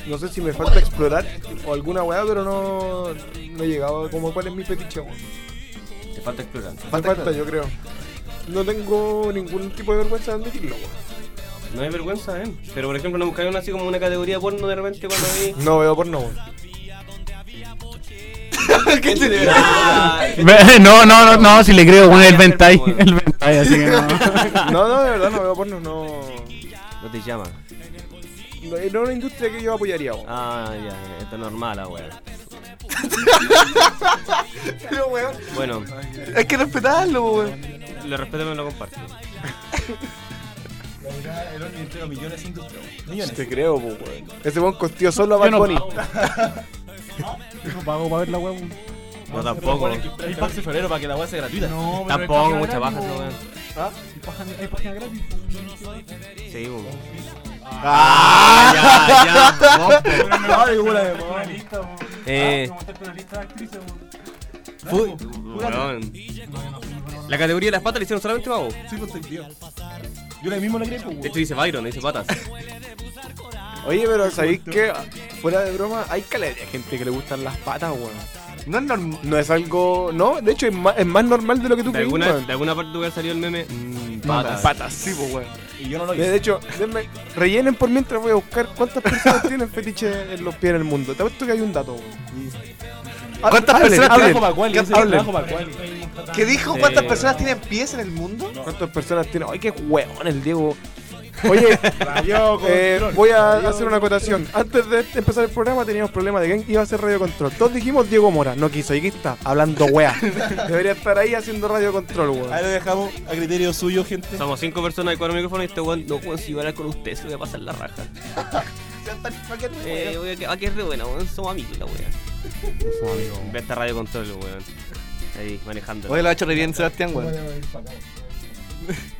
[SPEAKER 3] No sé si me falta explorar o alguna weá, pero no, no he llegado. Como cuál es mi fetiche, weón.
[SPEAKER 5] Te falta explorar.
[SPEAKER 3] Me falta, yo creo. No tengo ningún tipo de vergüenza de admitirlo, weón.
[SPEAKER 5] No hay vergüenza, ¿eh? Pero por ejemplo, no buscáis una así como una categoría porno de repente cuando vi.
[SPEAKER 3] No veo porno, weón.
[SPEAKER 2] no, no, no, no, si le creo, bueno, el Ventai. El Ventai, así que no.
[SPEAKER 3] No, no, de verdad no veo porno, no.
[SPEAKER 5] No te llama.
[SPEAKER 3] No no es una industria que yo apoyaría, weón.
[SPEAKER 5] Ah, ya, está normal la weá.
[SPEAKER 9] Pero, weón,
[SPEAKER 5] Bueno,
[SPEAKER 9] Hay que respetarlo, po, weón.
[SPEAKER 5] lo respeto me lo comparto.
[SPEAKER 3] Te creo, po, weón. Ese weón costeó solo a Bad
[SPEAKER 2] no
[SPEAKER 3] Bunny.
[SPEAKER 2] pago. No pago para ver la huevo.
[SPEAKER 5] No tampoco.
[SPEAKER 8] Hay pase de febrero para que la weá sea gratuita.
[SPEAKER 2] No,
[SPEAKER 5] Tampoco, mucha baja esa weá.
[SPEAKER 2] Hay página gratis.
[SPEAKER 5] Sí, weón. Ah, ya, ya. vos, po.
[SPEAKER 2] Pero me va de bola de Una lista, weón.
[SPEAKER 5] Eh.
[SPEAKER 2] Ah, mostrarte una lista de actrices, weón.
[SPEAKER 5] Weón. La categoría de las patas la hicieron solamente para vos.
[SPEAKER 2] Sí, pues estoy tío. Yo la mismo la creí,
[SPEAKER 5] De
[SPEAKER 2] weón.
[SPEAKER 5] hecho dice Byron, no dice patas.
[SPEAKER 3] Oye, pero ¿sabéis que Fuera de broma, hay calidad de gente que le gustan las patas, weón.
[SPEAKER 9] No es normal.
[SPEAKER 3] No es algo. No, de hecho es más, es más normal de lo que tú
[SPEAKER 5] De
[SPEAKER 3] crees,
[SPEAKER 5] alguna,
[SPEAKER 3] weón.
[SPEAKER 5] de alguna parte lugar salió el meme. Mmm, patas.
[SPEAKER 3] Patas, sí,
[SPEAKER 9] pues,
[SPEAKER 3] po, weón.
[SPEAKER 8] Y yo no lo
[SPEAKER 3] De hecho, denme- rellenen por mientras voy a buscar cuántas personas tienen fetiche en los pies en el mundo. Te apuesto que hay un dato, weón.
[SPEAKER 9] ¿Cuántas
[SPEAKER 3] Hablen,
[SPEAKER 9] personas
[SPEAKER 3] hablen.
[SPEAKER 8] Trabajo para cuál,
[SPEAKER 9] ¿Qué
[SPEAKER 8] ese
[SPEAKER 9] hablen?
[SPEAKER 8] trabajo para cuál.
[SPEAKER 9] ¿Qué dijo? ¿Cuántas
[SPEAKER 5] Sí.
[SPEAKER 9] personas tienen pies en el mundo?
[SPEAKER 3] ¿Cuántas personas tiene? Ay, qué hueón el Diego. Oye, eh, voy a hacer una acotación. Antes de empezar el programa teníamos problemas de quién iba a hacer radio control. Todos dijimos Diego Mora, no quiso. Y aquí está, hablando wea. Debería estar ahí haciendo radio control,
[SPEAKER 8] Ahí
[SPEAKER 3] weón.
[SPEAKER 8] lo dejamos a criterio suyo, gente.
[SPEAKER 5] Somos cinco personas y cuatro micrófonos y este weón no weón, si voy a hablar con usted, se lo voy a pasar la raja. eh, voy a, que- va a quedar de buena, weón. Somos amigos la weá. Somos amigos. Ve esta radio control, weón. Ahí, manejando.
[SPEAKER 9] Oye, lo ha hecho re bien Sebastián, weón.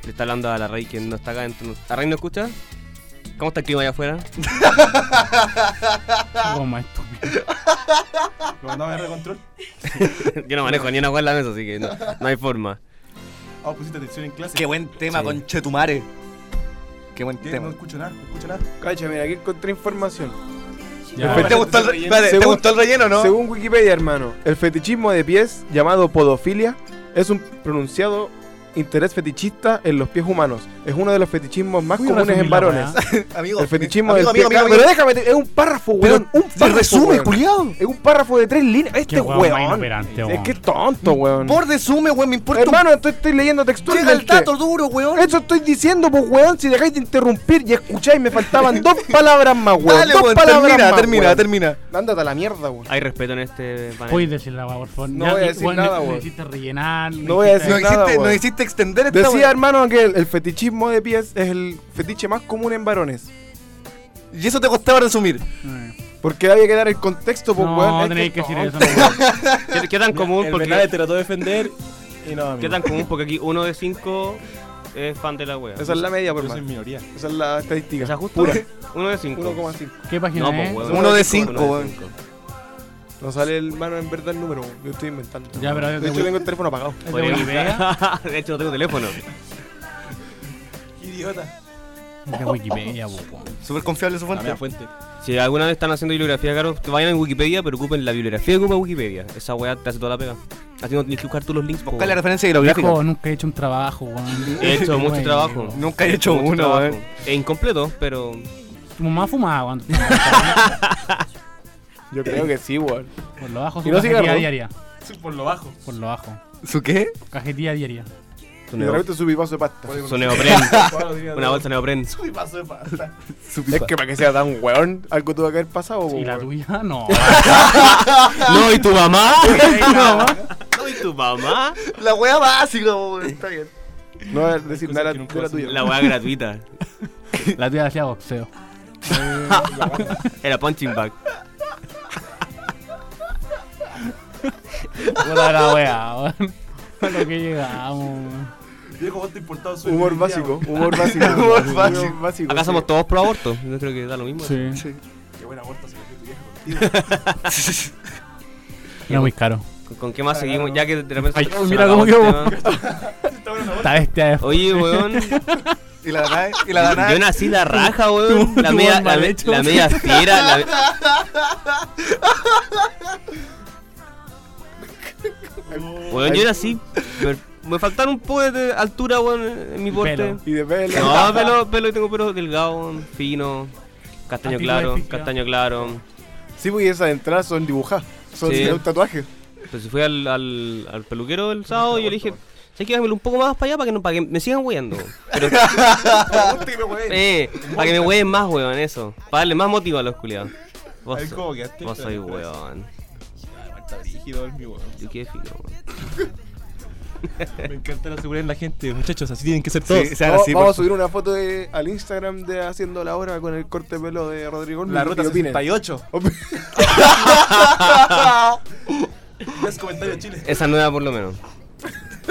[SPEAKER 5] Le está hablando a la Rey que no está acá. Entonces... ¿A Rey no escucha? ¿Cómo está el clima allá afuera?
[SPEAKER 2] Oh, más estúpido.
[SPEAKER 8] Lo mandamos a recontrol.
[SPEAKER 5] Yo no manejo ni una weá en la mesa, así que no, no hay forma.
[SPEAKER 8] Ah, pusiste atención en clase.
[SPEAKER 9] Qué buen tema,
[SPEAKER 5] Sí.
[SPEAKER 9] con Chetumare. Qué buen
[SPEAKER 8] ¿Qué? No
[SPEAKER 9] tema.
[SPEAKER 8] escucho nada, no escucho nada.
[SPEAKER 3] Cacha, mira, aquí encontré información.
[SPEAKER 2] Ya,
[SPEAKER 9] ¿Te gustó el re- espérate, ¿Te
[SPEAKER 3] Según-
[SPEAKER 9] gustó el relleno, no?
[SPEAKER 3] Según Wikipedia, hermano, el fetichismo de pies, llamado podofilia, es un pronunciado interés fetichista en los pies humanos. Es uno de los fetichismos más
[SPEAKER 2] Voy a
[SPEAKER 3] comunes en
[SPEAKER 2] resumir la
[SPEAKER 3] varones.
[SPEAKER 2] weá.
[SPEAKER 9] Amigo.
[SPEAKER 3] El fetichismo
[SPEAKER 9] amigo,
[SPEAKER 3] del
[SPEAKER 9] amigo,
[SPEAKER 3] pie-
[SPEAKER 9] amigo,
[SPEAKER 3] Pero
[SPEAKER 9] amigo.
[SPEAKER 3] déjame, te- es un párrafo, weón. Un
[SPEAKER 9] Se
[SPEAKER 3] párrafo,
[SPEAKER 9] resume,
[SPEAKER 3] weón.
[SPEAKER 9] culiado.
[SPEAKER 3] Es un párrafo de tres líneas. Este
[SPEAKER 2] Qué weón más
[SPEAKER 3] weón.
[SPEAKER 2] inoperante,
[SPEAKER 3] Es
[SPEAKER 2] weón.
[SPEAKER 3] que es tonto, weón.
[SPEAKER 9] Por resume, weón, me importa un
[SPEAKER 3] Hermano, estoy, estoy leyendo textualmente.
[SPEAKER 9] Llega el dato duro, weón.
[SPEAKER 3] Eso estoy diciendo, pues, weón. Si dejáis de interrumpir y escucháis, me faltaban dos palabras más, weón.
[SPEAKER 9] Dale,
[SPEAKER 3] dos
[SPEAKER 9] weón,
[SPEAKER 3] palabras
[SPEAKER 9] termina,
[SPEAKER 3] más,
[SPEAKER 9] termina,
[SPEAKER 3] weón.
[SPEAKER 9] termina.
[SPEAKER 3] Ándate a la mierda, weón.
[SPEAKER 5] Hay respeto en este panel.
[SPEAKER 2] Puedes decir la weá, por favor.
[SPEAKER 3] No
[SPEAKER 2] Ya,
[SPEAKER 3] voy a
[SPEAKER 2] y-
[SPEAKER 3] decir
[SPEAKER 2] weón,
[SPEAKER 3] nada,
[SPEAKER 2] ne-
[SPEAKER 3] weón.
[SPEAKER 2] Necesitas rellenar.
[SPEAKER 3] No voy a
[SPEAKER 2] necesitas-
[SPEAKER 9] Nos
[SPEAKER 3] decir nada,
[SPEAKER 9] hiciste,
[SPEAKER 3] weón.
[SPEAKER 9] nos hiciste extender esta
[SPEAKER 3] Decía,
[SPEAKER 9] weón.
[SPEAKER 3] hermano, que el, el fetichismo de pies es el fetiche más común en varones.
[SPEAKER 9] Y eso te costaba resumir.
[SPEAKER 2] Eh.
[SPEAKER 3] Porque había que dar el contexto, pues, weón.
[SPEAKER 2] No,
[SPEAKER 3] Es
[SPEAKER 2] tenéis
[SPEAKER 3] que
[SPEAKER 2] que decir
[SPEAKER 3] tonto.
[SPEAKER 2] eso. no,
[SPEAKER 5] ¿Qué, qué tan común?
[SPEAKER 8] El
[SPEAKER 5] Porque,
[SPEAKER 8] Bernal te trató de defender y no, amigo.
[SPEAKER 5] ¿Qué tan común? Porque aquí uno de cinco es fan de la wea.
[SPEAKER 3] Esa es la media, por
[SPEAKER 8] Yo soy
[SPEAKER 3] más.
[SPEAKER 8] minoría.
[SPEAKER 3] Esa es la estadística.
[SPEAKER 5] O sea, justo
[SPEAKER 3] pura.
[SPEAKER 5] uno de cinco.
[SPEAKER 3] 1,5.
[SPEAKER 2] ¿Qué página
[SPEAKER 5] No,
[SPEAKER 2] es?
[SPEAKER 5] pues, weón.
[SPEAKER 9] Uno de
[SPEAKER 5] Uno de
[SPEAKER 9] cinco, weón.
[SPEAKER 5] cinco.
[SPEAKER 3] No sale el mano en verdad el número. Yo estoy inventando.
[SPEAKER 2] Ya, pero es
[SPEAKER 3] de
[SPEAKER 2] de,
[SPEAKER 3] hecho, tengo el teléfono apagado.
[SPEAKER 2] es de
[SPEAKER 5] Podría-
[SPEAKER 2] Wikipedia.
[SPEAKER 5] de hecho, no tengo teléfono.
[SPEAKER 2] Es de Wikipedia, po.
[SPEAKER 9] Súper confiable su
[SPEAKER 8] La
[SPEAKER 9] fuente.
[SPEAKER 8] mea fuente.
[SPEAKER 5] Si alguna vez están haciendo bibliografía, caro, vayan en Wikipedia, pero ocupen la bibliografía que ocupa Wikipedia. Esa weá te hace toda la pega. Así no tienes que buscar tú los links. po,
[SPEAKER 9] Busca la
[SPEAKER 5] weón.
[SPEAKER 9] referencia hidrográfica.
[SPEAKER 2] Viejo, nunca he hecho un trabajo, weón.
[SPEAKER 5] He hecho mucho
[SPEAKER 2] Weón.
[SPEAKER 5] trabajo.
[SPEAKER 9] Nunca he hecho
[SPEAKER 5] Mucho
[SPEAKER 9] uno, eh.
[SPEAKER 5] trabajo.
[SPEAKER 9] weón.
[SPEAKER 5] Es incompleto, pero.
[SPEAKER 2] Tu mamá fumaba cuando
[SPEAKER 3] Yo creo que sí, weón.
[SPEAKER 2] Por lo bajo,
[SPEAKER 3] ¿Y
[SPEAKER 2] su
[SPEAKER 3] no
[SPEAKER 2] cajetilla
[SPEAKER 3] cigarro?
[SPEAKER 2] diaria.
[SPEAKER 8] Por lo bajo.
[SPEAKER 2] Por lo bajo.
[SPEAKER 9] ¿Su qué?
[SPEAKER 2] Cajetilla diaria.
[SPEAKER 3] Y de repente subí vaso de pasta.
[SPEAKER 5] Su neopren. Una bolsa de neopren.
[SPEAKER 9] Su
[SPEAKER 3] Es
[SPEAKER 9] pipa.
[SPEAKER 3] que para que sea tan weón, algo tuvo que haber pasado,
[SPEAKER 2] ¿Y la
[SPEAKER 3] weón.
[SPEAKER 2] tuya? No.
[SPEAKER 5] No, ¿y tu mamá? No, ¿y tu mamá?
[SPEAKER 9] La wea básica, weón. Está bien.
[SPEAKER 3] No voy a decir nada de la tuya.
[SPEAKER 5] La weá gratuita.
[SPEAKER 2] La tuya hacía boxeo.
[SPEAKER 5] Era punching bag.
[SPEAKER 2] Puta la wea, weón. A lo que llegamos.
[SPEAKER 8] Viejo, vos te importado su
[SPEAKER 3] Humor básico, humor básico.
[SPEAKER 9] Humor básico.
[SPEAKER 3] básico.
[SPEAKER 5] Acá
[SPEAKER 3] sí.
[SPEAKER 5] somos todos pro aborto. Yo creo que da lo mismo.
[SPEAKER 2] Sí.
[SPEAKER 8] Qué buena aborto se metió tu viejo.
[SPEAKER 2] Era muy caro.
[SPEAKER 5] ¿Con, con qué más seguimos? Ya que de repente.
[SPEAKER 2] Ay,
[SPEAKER 5] se
[SPEAKER 2] oh,
[SPEAKER 5] me
[SPEAKER 2] mira
[SPEAKER 5] acabó
[SPEAKER 2] cómo
[SPEAKER 5] el
[SPEAKER 2] quedó.
[SPEAKER 5] tema.
[SPEAKER 2] Esta bestia eh. de
[SPEAKER 5] Oye, weón.
[SPEAKER 9] Y la ganada, y la ganada.
[SPEAKER 5] Yo nací la raja, weón. La
[SPEAKER 2] tu
[SPEAKER 5] media,
[SPEAKER 2] buen
[SPEAKER 5] la,
[SPEAKER 2] mal
[SPEAKER 5] me-
[SPEAKER 2] hecho.
[SPEAKER 5] la media fiera. La, me- weón, yo nací. pero Me faltaron un poco de altura, weón, en mi porte.
[SPEAKER 2] Pelo.
[SPEAKER 3] Y de pelo.
[SPEAKER 5] No, pelo, pelo, tengo pelo delgado, weón, fino. Castaño
[SPEAKER 2] Antiguo
[SPEAKER 5] claro,
[SPEAKER 2] edificio.
[SPEAKER 5] castaño claro.
[SPEAKER 3] Sí, porque esas entradas son dibujadas. Son
[SPEAKER 5] Sí.
[SPEAKER 3] de un tatuaje.
[SPEAKER 5] Entonces fui al, al, al peluquero el sábado y yo le dije, ¿sabes qué? Dámelo un poco más para allá para que, no, para que me sigan hueando. Pero,
[SPEAKER 3] pues,
[SPEAKER 5] eh, para que me hueen más, weón, eso. Para darle más motivo a los culiados. Vos,
[SPEAKER 8] Ahí como quedaste.
[SPEAKER 5] vos soy weón.
[SPEAKER 8] Está rígido el mi weón.
[SPEAKER 5] Yo qué fino, weón.
[SPEAKER 8] Me encanta la seguridad en la gente, muchachos, así tienen que ser todos.
[SPEAKER 9] Sí, sean
[SPEAKER 3] vamos
[SPEAKER 9] así,
[SPEAKER 3] vamos
[SPEAKER 9] por
[SPEAKER 3] a subir una foto de- al Instagram de haciendo la hora con el corte de pelo de Rodrigo.
[SPEAKER 8] La ruta
[SPEAKER 3] Y opinen.
[SPEAKER 8] 68.
[SPEAKER 3] Opi-
[SPEAKER 8] Haz comentario chile.
[SPEAKER 5] Esa nueva por lo menos.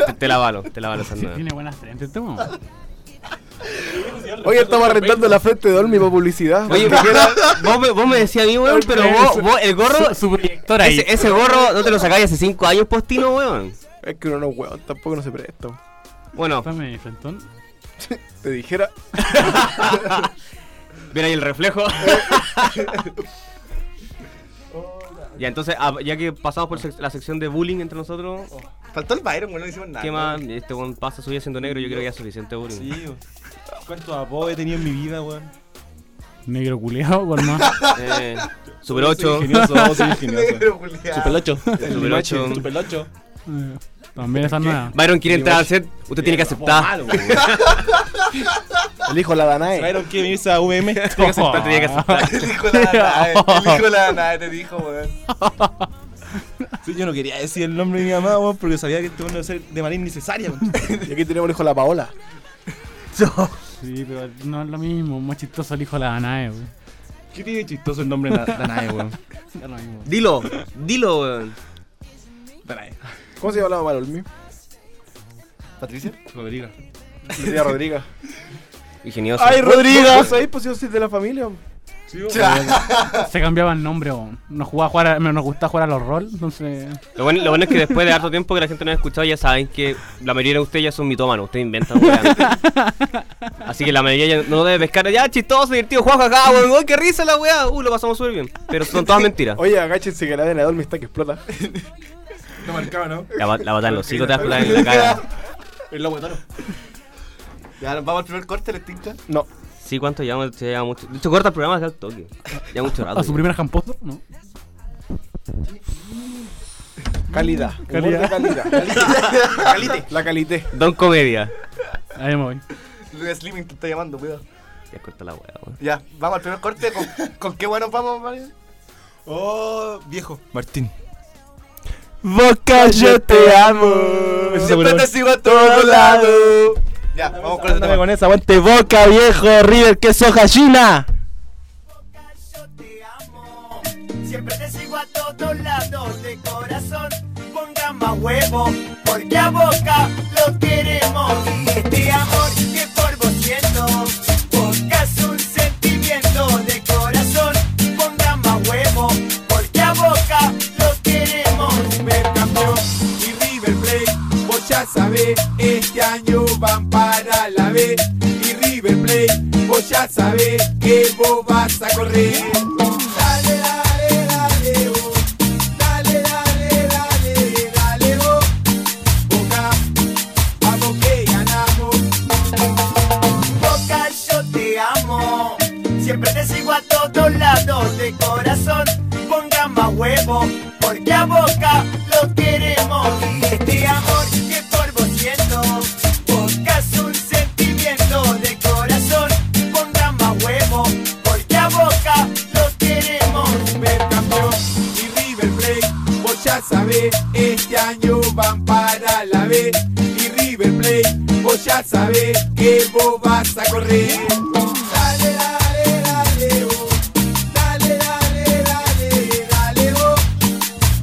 [SPEAKER 5] Te, te la valo, te la valo esa
[SPEAKER 2] Sí,
[SPEAKER 5] nueva.
[SPEAKER 2] tiene buenas frentes, este weón.
[SPEAKER 3] Oye, estamos arrendando la frente de Olmi para publicidad.
[SPEAKER 5] Oye,
[SPEAKER 3] porque era-
[SPEAKER 5] vos me, vos me decías a mí, weón, pero vos, vos el gorro...
[SPEAKER 2] Su, su proyector ahí.
[SPEAKER 5] Ese, ese gorro no te lo sacáis hace 5 años postino, weón.
[SPEAKER 3] Es que uno no es weón, tampoco no se presta.
[SPEAKER 5] Bueno,
[SPEAKER 2] Está medio frentón.
[SPEAKER 3] Te dijera.
[SPEAKER 5] Ven ahí el reflejo. ya, entonces, ah, ya que pasamos por sec- la sección de bullying entre nosotros,
[SPEAKER 9] Faltó el Byron, weón. No hicimos nada.
[SPEAKER 5] ¿qué más? Este buen pasa suya siendo negro, yo creo que ya es suficiente bullying.
[SPEAKER 8] Sí, weón. ¿Cuántos apodos he tenido en mi vida, weón?
[SPEAKER 2] Negro culeado, con más.
[SPEAKER 5] Eh, super
[SPEAKER 8] Soy
[SPEAKER 5] 8,
[SPEAKER 8] ingenioso, vos soy ingenioso.
[SPEAKER 9] Negro, Julián.
[SPEAKER 8] Super 8.
[SPEAKER 5] super 8.
[SPEAKER 8] Super 8.
[SPEAKER 2] Eh, También esa nueva.
[SPEAKER 5] Byron quiere entrar al set, usted tiene que aceptar.
[SPEAKER 3] El hijo de la Danae.
[SPEAKER 8] ¿Vieron que venirse a UM?
[SPEAKER 2] Ah.
[SPEAKER 5] Usted tenía que aceptar.
[SPEAKER 9] El hijo de la nave. El hijo de la nave te dijo, weón.
[SPEAKER 8] Sí, yo no quería decir el nombre de mi mamá, weón, porque sabía que este weón iba a ser de manera innecesaria, weón.
[SPEAKER 3] Y aquí tenemos el hijo de la Paola.
[SPEAKER 2] Sí, pero no es lo mismo. Más chistoso el hijo de la nave, weón.
[SPEAKER 8] ¿Qué tiene de chistoso el nombre de la- Danae, weón?
[SPEAKER 2] Es lo mismo.
[SPEAKER 5] Dilo, dilo, weón.
[SPEAKER 8] Danae.
[SPEAKER 3] ¿Cómo se llamaba el Olmi?
[SPEAKER 9] ¿Patricia?
[SPEAKER 8] Rodrigo.
[SPEAKER 3] Lucía Rodríguez.
[SPEAKER 5] Ingenioso.
[SPEAKER 3] Rodríguez! ¿Sabéis pues yo soy de la familia?
[SPEAKER 8] Sí, weón.
[SPEAKER 2] Se cambiaba el nombre, weón. Nos, jugaba a jugar a- nos gustaba jugar a los rol, entonces.
[SPEAKER 5] Lo bueno, lo bueno es que después de harto tiempo que la gente no ha escuchado, ya saben que la mayoría de ustedes ya son mitómanos, ustedes inventan weá. Así que la mayoría ya no debe pescar. Ya, chistoso, divertido, jajaja, weón, uy, qué risa la weá. Uh, lo pasamos súper bien. Pero son todas mentiras.
[SPEAKER 3] Oye, agáchense que la de Olmi está que explota.
[SPEAKER 8] No marcaba, ¿no?
[SPEAKER 5] La, va- la batan los hocico, te vas a explotar en la cara.
[SPEAKER 8] El lobo toro.
[SPEAKER 9] Ya, nos vamos al primer corte, les tinca.
[SPEAKER 3] No.
[SPEAKER 5] Sí, ¿cuánto llevamos? Se lleva mucho. De hecho, corta el programa acá al toque. Ya mucho
[SPEAKER 3] Ah,
[SPEAKER 5] rato.
[SPEAKER 2] A su
[SPEAKER 5] ya.
[SPEAKER 2] primer camposo, ¿no?
[SPEAKER 3] Calidad. Calidad.
[SPEAKER 2] Calidad.
[SPEAKER 3] calidad. Calite. La calidez.
[SPEAKER 5] Don Comedia.
[SPEAKER 2] Ahí me voy.
[SPEAKER 9] Luis Slimming te está llamando, cuidado.
[SPEAKER 5] Ya corta la weá, weón.
[SPEAKER 9] Ya, vamos al primer corte. ¿Con, con qué bueno vamos, Mario?
[SPEAKER 8] Oh, viejo. Martín.
[SPEAKER 3] Boca, yo te amo.
[SPEAKER 9] Siempre te sigo a todos lados. Ya, vamos con el tema.
[SPEAKER 8] con esa, aguante boca, viejo. River, que soja china.
[SPEAKER 7] Siempre te sigo a todos lados de corazón. Ponga más huevo, porque a boca lo queremos. Y este amor este
[SPEAKER 1] Boca, yo te amo. Siempre te sigo a todos lados de corazón. Ponga más huevo, porque a Boca lo queremos. Y este amor que por vos siento, Boca es un sentimiento de corazón. Ponga más huevo, porque a Boca lo queremos. Supercampeón y River Plate, vos ya sabés, este año van para la B. Y River Plate, vos ya sabés que vos vas a correr. Dale, dale, dale, oh. Dale, dale, dale, dale, oh.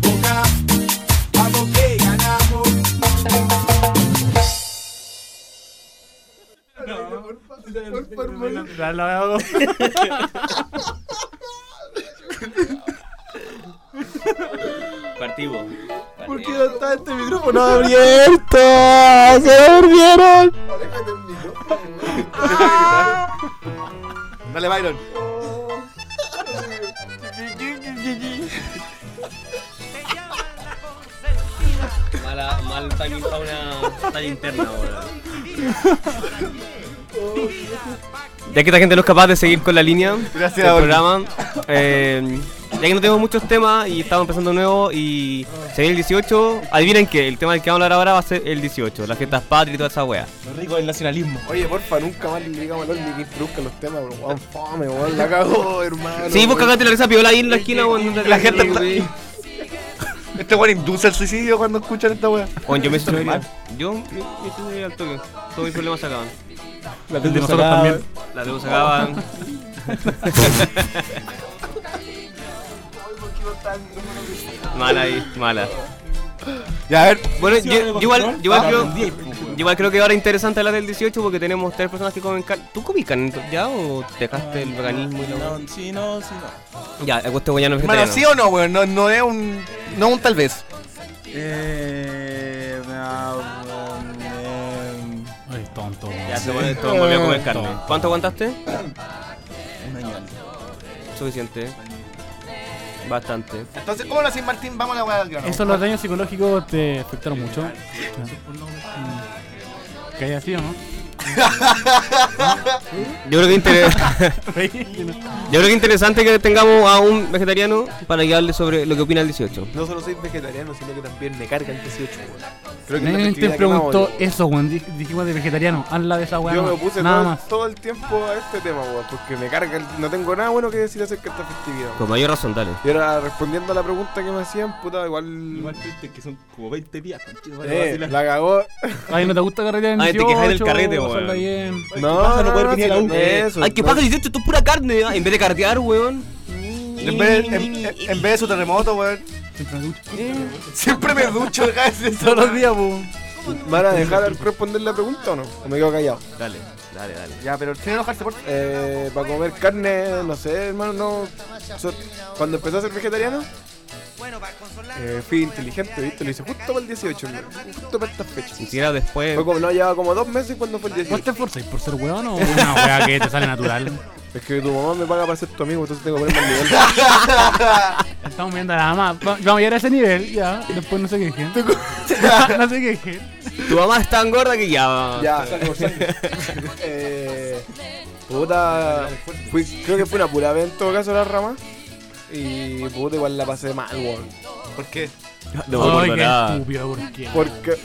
[SPEAKER 1] Boca, vamos que ganamos.
[SPEAKER 2] La- la hago.
[SPEAKER 8] Partimos.
[SPEAKER 10] ¿Por qué
[SPEAKER 8] Partimos.
[SPEAKER 10] no está este micrófono abierto?
[SPEAKER 8] Dale, Byron.
[SPEAKER 5] Mala, mal timing para una talla interna, weón. Ya que esta gente no es capaz de seguir con la línea
[SPEAKER 10] Gracias,
[SPEAKER 5] del
[SPEAKER 10] Oli.
[SPEAKER 5] programa, eh, ya que no tenemos muchos temas y estamos empezando nuevo y se viene el 18, adivinen que el tema del que vamos a hablar ahora va a ser el 18, las fiestas patrias y toda esa wea.
[SPEAKER 10] Ah,
[SPEAKER 11] Lo rico del nacionalismo.
[SPEAKER 3] Oye, porfa, nunca más le digamos a los que introduzcan los temas, bro. Weón, fome, weón. La cagó, hermano.
[SPEAKER 5] Sí, vos cagate la risa piola ahí en la esquina, weón. La gente
[SPEAKER 10] Este weón induce el suicidio cuando escuchan esta weá.
[SPEAKER 5] yo me suicidaría. Yo me me suicidaría al toque. Todos mis problemas se acaban.
[SPEAKER 11] La de nosotros también.
[SPEAKER 5] Las deudas se acaban. mala ahí, mala.
[SPEAKER 10] Ya, a ver.
[SPEAKER 5] Bueno, yo, yo igual, yo igual
[SPEAKER 11] Ah,
[SPEAKER 5] creo,
[SPEAKER 11] aprendí,
[SPEAKER 5] yo igual creo que ahora es interesante la del 18 porque tenemos tres personas que comen carne. ¿Tú comís carne ya o dejaste el veganismo y la
[SPEAKER 11] Ah, No, sí, no, sí, no.
[SPEAKER 5] Ya, el gusto ya no es
[SPEAKER 10] Mano, ¿sí
[SPEAKER 5] vegetariano.
[SPEAKER 10] o no, weón? No, no es un. No un tal vez.
[SPEAKER 11] Eh. ah, um,
[SPEAKER 2] Eres tonto.
[SPEAKER 5] Ya se pone todo, volvió a comer carne.
[SPEAKER 2] Tonto.
[SPEAKER 5] ¿Cuánto aguantaste?
[SPEAKER 11] eh, un año antes.
[SPEAKER 5] Suficiente. Bastante.
[SPEAKER 10] Entonces, ¿cómo lo hacéis, Martín? Vamos a la weá al grano.
[SPEAKER 2] ¿Esos los daños psicológicos te afectaron mucho? Mm. Que haya sido, ¿no?
[SPEAKER 5] Yo creo que interes- Yo creo que interesante que tengamos a un vegetariano para que hable sobre lo que opina el 18.
[SPEAKER 3] No solo soy vegetariano, sino que también me carga el 18, weón. Creo que es la
[SPEAKER 2] Nadie te
[SPEAKER 3] festividad que más
[SPEAKER 2] preguntó
[SPEAKER 3] odio.
[SPEAKER 2] eso, weón. Dij- Dijimos de vegetariano. Hazla de esa weá.
[SPEAKER 3] Yo
[SPEAKER 2] nomás.
[SPEAKER 3] me puse
[SPEAKER 2] Nada
[SPEAKER 3] todo,
[SPEAKER 2] más.
[SPEAKER 3] todo el tiempo a este tema, weón, porque me carga, el- no tengo nada bueno que decir acerca de esta festividad. weón.
[SPEAKER 5] Con mayor razón, dale.
[SPEAKER 3] Y ahora, respondiendo a la pregunta que me hacían, puta, igual...
[SPEAKER 11] Igual triste que son como 20 días. conchito, vale,
[SPEAKER 3] Eh,
[SPEAKER 11] vacila.
[SPEAKER 3] la cagó.
[SPEAKER 2] Ay, ¿no te gusta carretear en
[SPEAKER 3] Ah,
[SPEAKER 5] Ay, te
[SPEAKER 2] 18?
[SPEAKER 5] quejas del carrete,
[SPEAKER 2] pasarla
[SPEAKER 5] weón.
[SPEAKER 2] bien.
[SPEAKER 3] No,
[SPEAKER 11] paja no
[SPEAKER 3] no,
[SPEAKER 11] poder
[SPEAKER 3] no,
[SPEAKER 11] venir a
[SPEAKER 3] si
[SPEAKER 11] la
[SPEAKER 3] no
[SPEAKER 11] U.
[SPEAKER 3] es eso,
[SPEAKER 5] Ay, que
[SPEAKER 3] no.
[SPEAKER 5] paja el 18, esto es pura carne, ¿eh? en vez de cartear, weón.
[SPEAKER 10] En vez, en, en- en vez de su terremoto, weón. Siempre me ducho, weón. Todos los días, weón.
[SPEAKER 3] ¿Van a dejar al responder la pregunta o no? ¿O me quedo callado?
[SPEAKER 5] Dale, dale, dale.
[SPEAKER 10] Ya, pero sin enojarse, por favor.
[SPEAKER 3] Eh, para comer carne, no sé, hermano, no. so- cuando empecé a ser vegetariano, eh, fui inteligente, ¿viste? Lo hice justo para el 18, hermano, justo para estas fechas.
[SPEAKER 5] Si era después.
[SPEAKER 3] Fue como, no, llevaba como dos meses cuando fue el
[SPEAKER 2] ¿Vos
[SPEAKER 3] 18.
[SPEAKER 2] te esforzáis por ser weón o una weá que te sale natural?
[SPEAKER 3] Es que tu mamá me paga para ser tu amigo, entonces tengo que ponerme al nivel.
[SPEAKER 2] Estamos viendo nada más. Va- Vamos a llegar a ese nivel, ya. Después no sé qué No sé qué
[SPEAKER 5] Tu mamá es tan gorda que ya.
[SPEAKER 3] ya, salgo, salgo. eh, puta, fui- creo que fue una pura vez en todo caso la rama. Y puta, igual la pasé mal, weón.
[SPEAKER 10] ¿Por qué?
[SPEAKER 5] No me acuerdo
[SPEAKER 2] qué
[SPEAKER 5] nada.
[SPEAKER 2] estúpido, ¿por qué?
[SPEAKER 3] Porque-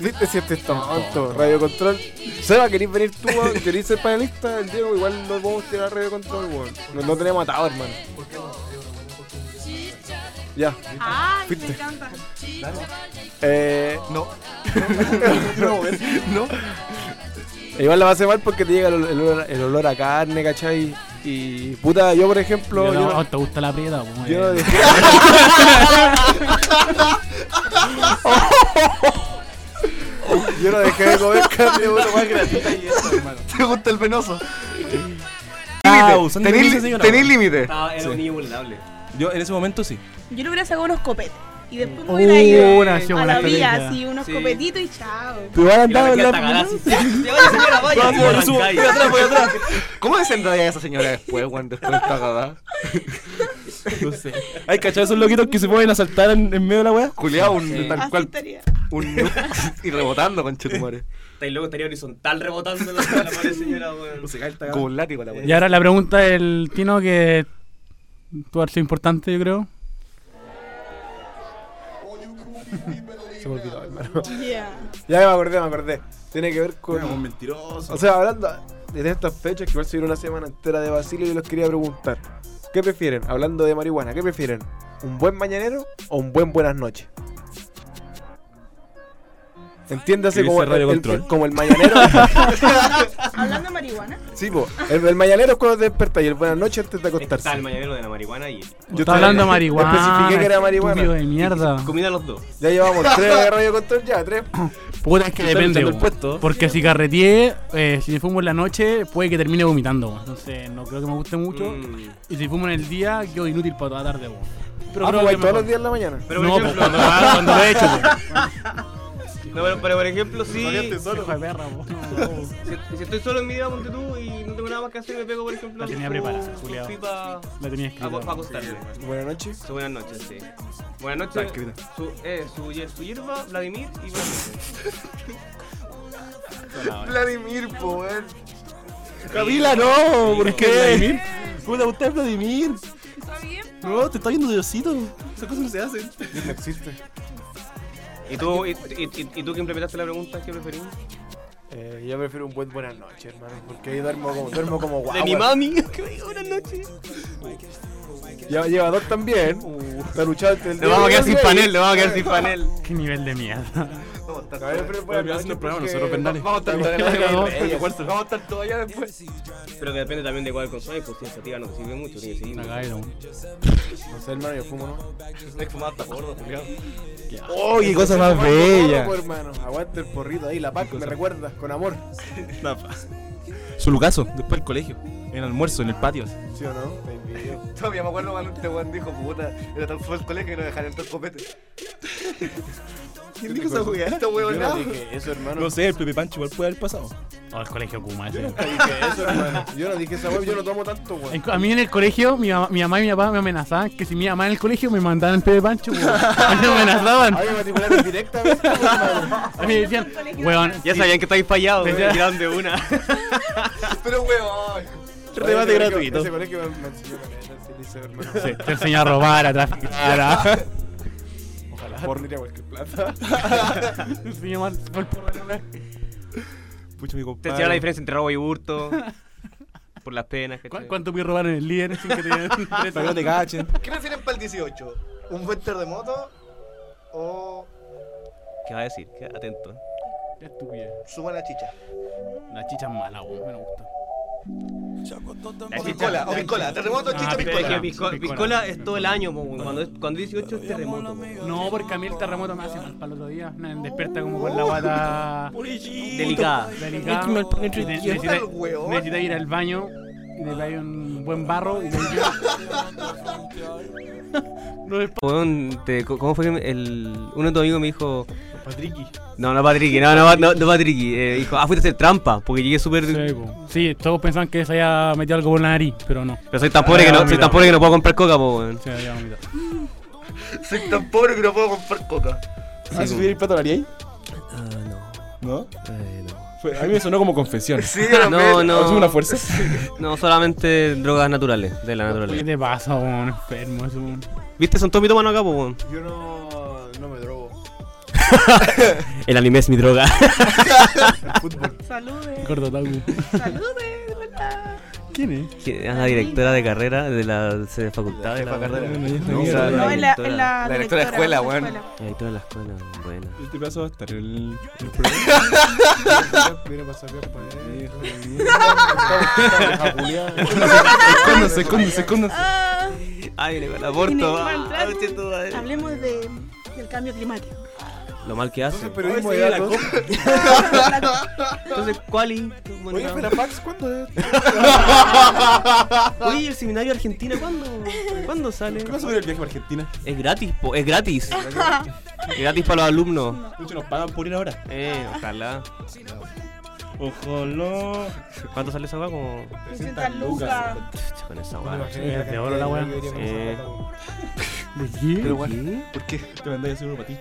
[SPEAKER 3] Viste si este es tonto, Radio Control. Seba, querís venir tú, weón? querís ser panelista, el Diego, igual no podemos tirar a Radio Control, weón. No, no tenemos atado, hermano. Ya,
[SPEAKER 12] Ay, me
[SPEAKER 3] Fuiste.
[SPEAKER 12] encanta.
[SPEAKER 3] eh,
[SPEAKER 10] No. no, weón. No.
[SPEAKER 3] igual la pasé mal porque te llega el, ol- el olor, el olor a carne, ¿cachai? Y puta, yo por ejemplo, yo, no-
[SPEAKER 2] oh, ¿Te gusta la prieta? po,
[SPEAKER 3] yo no
[SPEAKER 2] eh.
[SPEAKER 3] dejé- yo no dejé de comer carne, weón, lo más gratuita y eso, hermano.
[SPEAKER 10] Te gusta el venoso.
[SPEAKER 11] Ah,
[SPEAKER 10] Límite.
[SPEAKER 11] usando
[SPEAKER 10] Tenís
[SPEAKER 11] límite,
[SPEAKER 10] li-
[SPEAKER 11] señora.
[SPEAKER 5] Ah,
[SPEAKER 10] tenís límite.
[SPEAKER 5] Estaba, era un niño vulnerable.
[SPEAKER 11] Yo en ese momento sí.
[SPEAKER 13] Yo le hubiera sacado unos copetes. y después me hubiera ido
[SPEAKER 2] Uh, nació
[SPEAKER 13] a
[SPEAKER 2] buena
[SPEAKER 13] la vía,
[SPEAKER 2] estrategia.
[SPEAKER 13] así unos
[SPEAKER 2] Sí.
[SPEAKER 13] copetitos y chao.
[SPEAKER 8] Te van a andar en la.
[SPEAKER 13] Vaya, señora, vaya.
[SPEAKER 1] Vamos,
[SPEAKER 13] Arrancáis.
[SPEAKER 1] subo. Voy atrás, voy atrás. ¿Cómo desenraya esa señora después, weón? Después de esta cagada.
[SPEAKER 8] No sé. Hay cachado esos loquitos que se pueden asaltar en, en medio de la wea.
[SPEAKER 1] Juliado, un
[SPEAKER 8] Sí.
[SPEAKER 1] tal
[SPEAKER 13] Así
[SPEAKER 1] cual.
[SPEAKER 13] estaría.
[SPEAKER 1] Un, y rebotando, conchetumare.
[SPEAKER 5] Estáis loco, estaría horizontal rebotando la la pared, señora, weón. Se cae el
[SPEAKER 1] Como un látigo la weá.
[SPEAKER 2] Y ahora la pregunta del Tino que tu sido importante, yo creo.
[SPEAKER 3] Se me olvidó, hermano.
[SPEAKER 13] Yeah.
[SPEAKER 3] Ya me acordé, me acordé. Tiene que ver con.
[SPEAKER 14] un mentiroso.
[SPEAKER 3] O sea, hablando de estas fechas, que igual se vieron una semana entera de Basilio, yo les quería preguntar: ¿qué prefieren? Hablando de marihuana, ¿qué prefieren? ¿Un buen mañanero o un buen buenas noches? Entiéndase
[SPEAKER 8] Que
[SPEAKER 3] como el,
[SPEAKER 8] dice Radio
[SPEAKER 3] el-
[SPEAKER 8] Control.
[SPEAKER 3] como el mañanero.
[SPEAKER 13] Hablando de marihuana,
[SPEAKER 3] sí, po. El, el mañanero es cuando te despertas y el buenas noches antes de acostarse.
[SPEAKER 5] Está el mañanero de la marihuana y.
[SPEAKER 3] Yo estaba-
[SPEAKER 2] hablando de marihuana,
[SPEAKER 3] Especifiqué que era marihuana.
[SPEAKER 2] estúpido de mierda.
[SPEAKER 5] Comida a los dos.
[SPEAKER 3] Ya llevamos tres de radio control, ya, tres.
[SPEAKER 2] Puta, es que
[SPEAKER 3] Está
[SPEAKER 2] depende.
[SPEAKER 3] luchando el
[SPEAKER 2] weón.
[SPEAKER 3] puesto.
[SPEAKER 2] Porque si carreteé, eh, si fumo en la noche, puede que termine vomitando. weón. Entonces, no creo que me guste mucho.
[SPEAKER 3] Mm.
[SPEAKER 5] Mm.
[SPEAKER 2] Y si fumo en el día, quedo inútil para toda la tarde. weón. Pero
[SPEAKER 3] ah,
[SPEAKER 2] creo
[SPEAKER 3] pues, todos
[SPEAKER 2] que mejor.
[SPEAKER 3] los días en la mañana.
[SPEAKER 5] Pero
[SPEAKER 2] No,
[SPEAKER 5] por
[SPEAKER 2] pues,
[SPEAKER 5] ejemplo-
[SPEAKER 2] cuando, lo hago, cuando lo he hecho. weón.
[SPEAKER 5] No, pero, pero por ejemplo, si,
[SPEAKER 2] Hijo de perra, weón.
[SPEAKER 5] si, si estoy solo en mi vida, ponte tú y no tengo nada más que hacer, me pego, por ejemplo.
[SPEAKER 2] La tenía
[SPEAKER 5] su-
[SPEAKER 2] preparada,
[SPEAKER 5] su
[SPEAKER 2] culiao.
[SPEAKER 5] Pipa
[SPEAKER 2] La tenía escrita.
[SPEAKER 5] para acostarme.
[SPEAKER 3] Buenas noches.
[SPEAKER 5] Su buenas noches, sí. Buenas noches. Su, eh, su, hier- su hierba, Vladimir y buenas noches.
[SPEAKER 1] Vladimir, po, weón.
[SPEAKER 8] Camila, no, ¿por qué? ¿Cómo te gusta Vladimir?
[SPEAKER 15] ¿Está bien?
[SPEAKER 8] No, te está viendo Diosito. Esas cosas no se hacen.
[SPEAKER 3] No existe.
[SPEAKER 5] ¿Y tú, y, y, y- y tú que implementaste la pregunta, qué preferís?
[SPEAKER 3] Eh, yo prefiero un buen buenas noches, hermano, porque yo duermo como, duermo como guau.
[SPEAKER 5] De mi mami. Que me diga buenas noches.
[SPEAKER 3] Lleva, lleva dos también. Está luchado entre el
[SPEAKER 5] Le vamos a quedar sin panel, le vamos a quedar sin panel.
[SPEAKER 2] Qué nivel de mierda.
[SPEAKER 1] Vamos a estar
[SPEAKER 3] Estamos
[SPEAKER 1] todavía-
[SPEAKER 3] cagados.
[SPEAKER 1] Vamos a estar todavía después.
[SPEAKER 5] Pero que depende también de cuál consumo, pues si iniciativa no te sirve mucho, tiene que seguir.
[SPEAKER 2] La cagaron.
[SPEAKER 3] No sé, hermano, yo fumo, ¿no?
[SPEAKER 5] No hay fumado hasta gordo, culiao.
[SPEAKER 8] Oh, qué cosa
[SPEAKER 3] Entonces,
[SPEAKER 8] más
[SPEAKER 3] fumo
[SPEAKER 8] bella.
[SPEAKER 3] porro, hermano. Aguanta el porrito ahí, la PAC me recuerda, con amor.
[SPEAKER 8] Su lucaso, después del colegio. En el almuerzo, en el patio. así.
[SPEAKER 3] ¿Sí o no? Te envidio.
[SPEAKER 1] Todavía me acuerdo cuando este weón dijo, puta, era tan fuerte el colegio que no dejaron entrar copete. ¿Quién dijo esa weá? Esta
[SPEAKER 3] Yo
[SPEAKER 1] weón,
[SPEAKER 3] no dije eso, hermano.
[SPEAKER 8] No sé, el Pepe Pancho igual puede haber pasado.
[SPEAKER 2] Oh, el colegio Kuma ese.
[SPEAKER 3] Yo no dije eso, hermano. Yo no dije esa web, yo no tomo tanto, weón.
[SPEAKER 2] En- A mí en el colegio, mi, mamá- mi mamá y mi papá me amenazaban que si mi mamá en el colegio me mandaban el Pepe Pancho, weón. A mí me amenazaban.
[SPEAKER 3] A mí me matricularon directamente, hermano.
[SPEAKER 2] A mí me decían, weón,
[SPEAKER 5] Ya sabían que estáis fallados,
[SPEAKER 2] Decía-
[SPEAKER 5] me tiraron de una.
[SPEAKER 1] Pero weón.
[SPEAKER 3] Rebate gratuito. Ese colegio me, me enseñó la neta, ese liceo, hermano.
[SPEAKER 2] sí, te enseñó a robar, a traficar, a...
[SPEAKER 3] Ojalá. Por ir a cualquier plata.
[SPEAKER 2] Te enseñó mal- mal por la cara.
[SPEAKER 8] Pucha, mi
[SPEAKER 5] Te
[SPEAKER 8] compadre.
[SPEAKER 5] enseñaron la diferencia entre robo y hurto. Por las penas, que
[SPEAKER 2] ¿Cu- ¿Cuánto me robaron el líder sin que te dieran
[SPEAKER 8] Para que no te
[SPEAKER 2] preso?
[SPEAKER 8] cachen.
[SPEAKER 1] ¿Qué prefieren para el 18? ¿Un buen terremoto o
[SPEAKER 5] ¿Qué va a decir? Queda atento.
[SPEAKER 2] Qué estúpido.
[SPEAKER 1] su buena chicha?
[SPEAKER 2] La chicha es mala, weón, me no gusta.
[SPEAKER 1] O piscola, o piscola. Terremoto,
[SPEAKER 2] Ah,
[SPEAKER 1] chicha,
[SPEAKER 5] Pero es que
[SPEAKER 1] piscola.
[SPEAKER 2] piscola.
[SPEAKER 5] Piscola, Piscola es todo el año, po, weón. cuando, es- cuando es 18 es terremoto. po.
[SPEAKER 2] No, porque a mí el terremoto me hace mal para el otro día. Me despierta como con la guata
[SPEAKER 5] Delicada.
[SPEAKER 2] delicada. Necesita, necesita ir al baño y le cae un buen barro y le
[SPEAKER 5] Weón, te- co- ¿Cómo fue que me- el, uno de tus amigos me dijo. No, no Patricky, no, no, no, no Patricky. Eh, dijo, ah, fuiste a hacer trampa, porque llegué súper.
[SPEAKER 2] Sí, todos pensaban que se había metido algo por la nariz, pero no.
[SPEAKER 5] Pero soy tan pobre que no, soy tan pobre que no puedo comprar coca, po, weón.
[SPEAKER 2] Se había vomitado.
[SPEAKER 1] Soy tan pobre que no puedo comprar coca.
[SPEAKER 8] ¿Has subido el plato de Ariel? no. ¿No? Fue- A mí me sonó como confesión. Este
[SPEAKER 1] Sí, a la
[SPEAKER 5] No,
[SPEAKER 1] vez.
[SPEAKER 8] ¿Es una
[SPEAKER 5] no,
[SPEAKER 8] fuerza?
[SPEAKER 5] no, solamente drogas naturales, de la
[SPEAKER 2] ¿Qué
[SPEAKER 5] naturaleza.
[SPEAKER 2] te pasa, weón? Enfermo, es un.
[SPEAKER 5] ¿Viste? Son todos mitómanos acá, po, weón.
[SPEAKER 3] Yo no, no me drogo.
[SPEAKER 5] El anime es mi droga.
[SPEAKER 13] salude,
[SPEAKER 2] Gordo Taku.
[SPEAKER 13] salude, de verdad.
[SPEAKER 2] ¿Quién es?
[SPEAKER 5] Que Es la directora de carrera de la eh, facultad. de
[SPEAKER 1] Jefa
[SPEAKER 5] la-
[SPEAKER 1] carrera.
[SPEAKER 5] No,
[SPEAKER 8] mierda.
[SPEAKER 5] la-
[SPEAKER 13] No, es la, es
[SPEAKER 5] directora.
[SPEAKER 13] la,
[SPEAKER 1] La directora de escuela, weón.
[SPEAKER 5] La directora de la escuela, buena.
[SPEAKER 8] Este plazo va a estar en el, el programa.
[SPEAKER 3] Mira, pasa bien para
[SPEAKER 8] Hijo de mierda.
[SPEAKER 3] Escóndase,
[SPEAKER 8] escóndase, escóndase.
[SPEAKER 13] Ah,
[SPEAKER 5] Ay, le va el
[SPEAKER 13] y
[SPEAKER 5] aborto.
[SPEAKER 13] Nicolás
[SPEAKER 5] ah,
[SPEAKER 13] Blanco.
[SPEAKER 5] conche tu madre.
[SPEAKER 13] hablemos de, del cambio climático.
[SPEAKER 5] Lo mal que hace.
[SPEAKER 3] periodismo
[SPEAKER 5] Oye,
[SPEAKER 3] de
[SPEAKER 5] sí, la
[SPEAKER 3] datos.
[SPEAKER 5] copa. Entonces, ¿cuál y-
[SPEAKER 3] Oye,
[SPEAKER 5] bueno,
[SPEAKER 3] Felafax, ¿cuándo es?
[SPEAKER 5] Oye, el seminario Argentina, ¿cuándo, ¿cuándo sale?
[SPEAKER 8] ¿Qué vas a ver el viaje a Argentina?
[SPEAKER 5] Es gratis, po, es gratis. es gratis para los alumnos.
[SPEAKER 8] De hecho, nos pagan por ir ahora.
[SPEAKER 5] Eh, ojalá.
[SPEAKER 8] Ojalá.
[SPEAKER 5] ¿Cuánto sale esa weá? Como.
[SPEAKER 13] 300 lucas.
[SPEAKER 5] Chucha, Con esa weá.
[SPEAKER 2] Sí, es de oro la weá.
[SPEAKER 5] Eh,
[SPEAKER 2] ¿De qué?
[SPEAKER 5] ¿Pero qué?
[SPEAKER 8] ¿Por qué? Te mandáis a hacer uno para ti.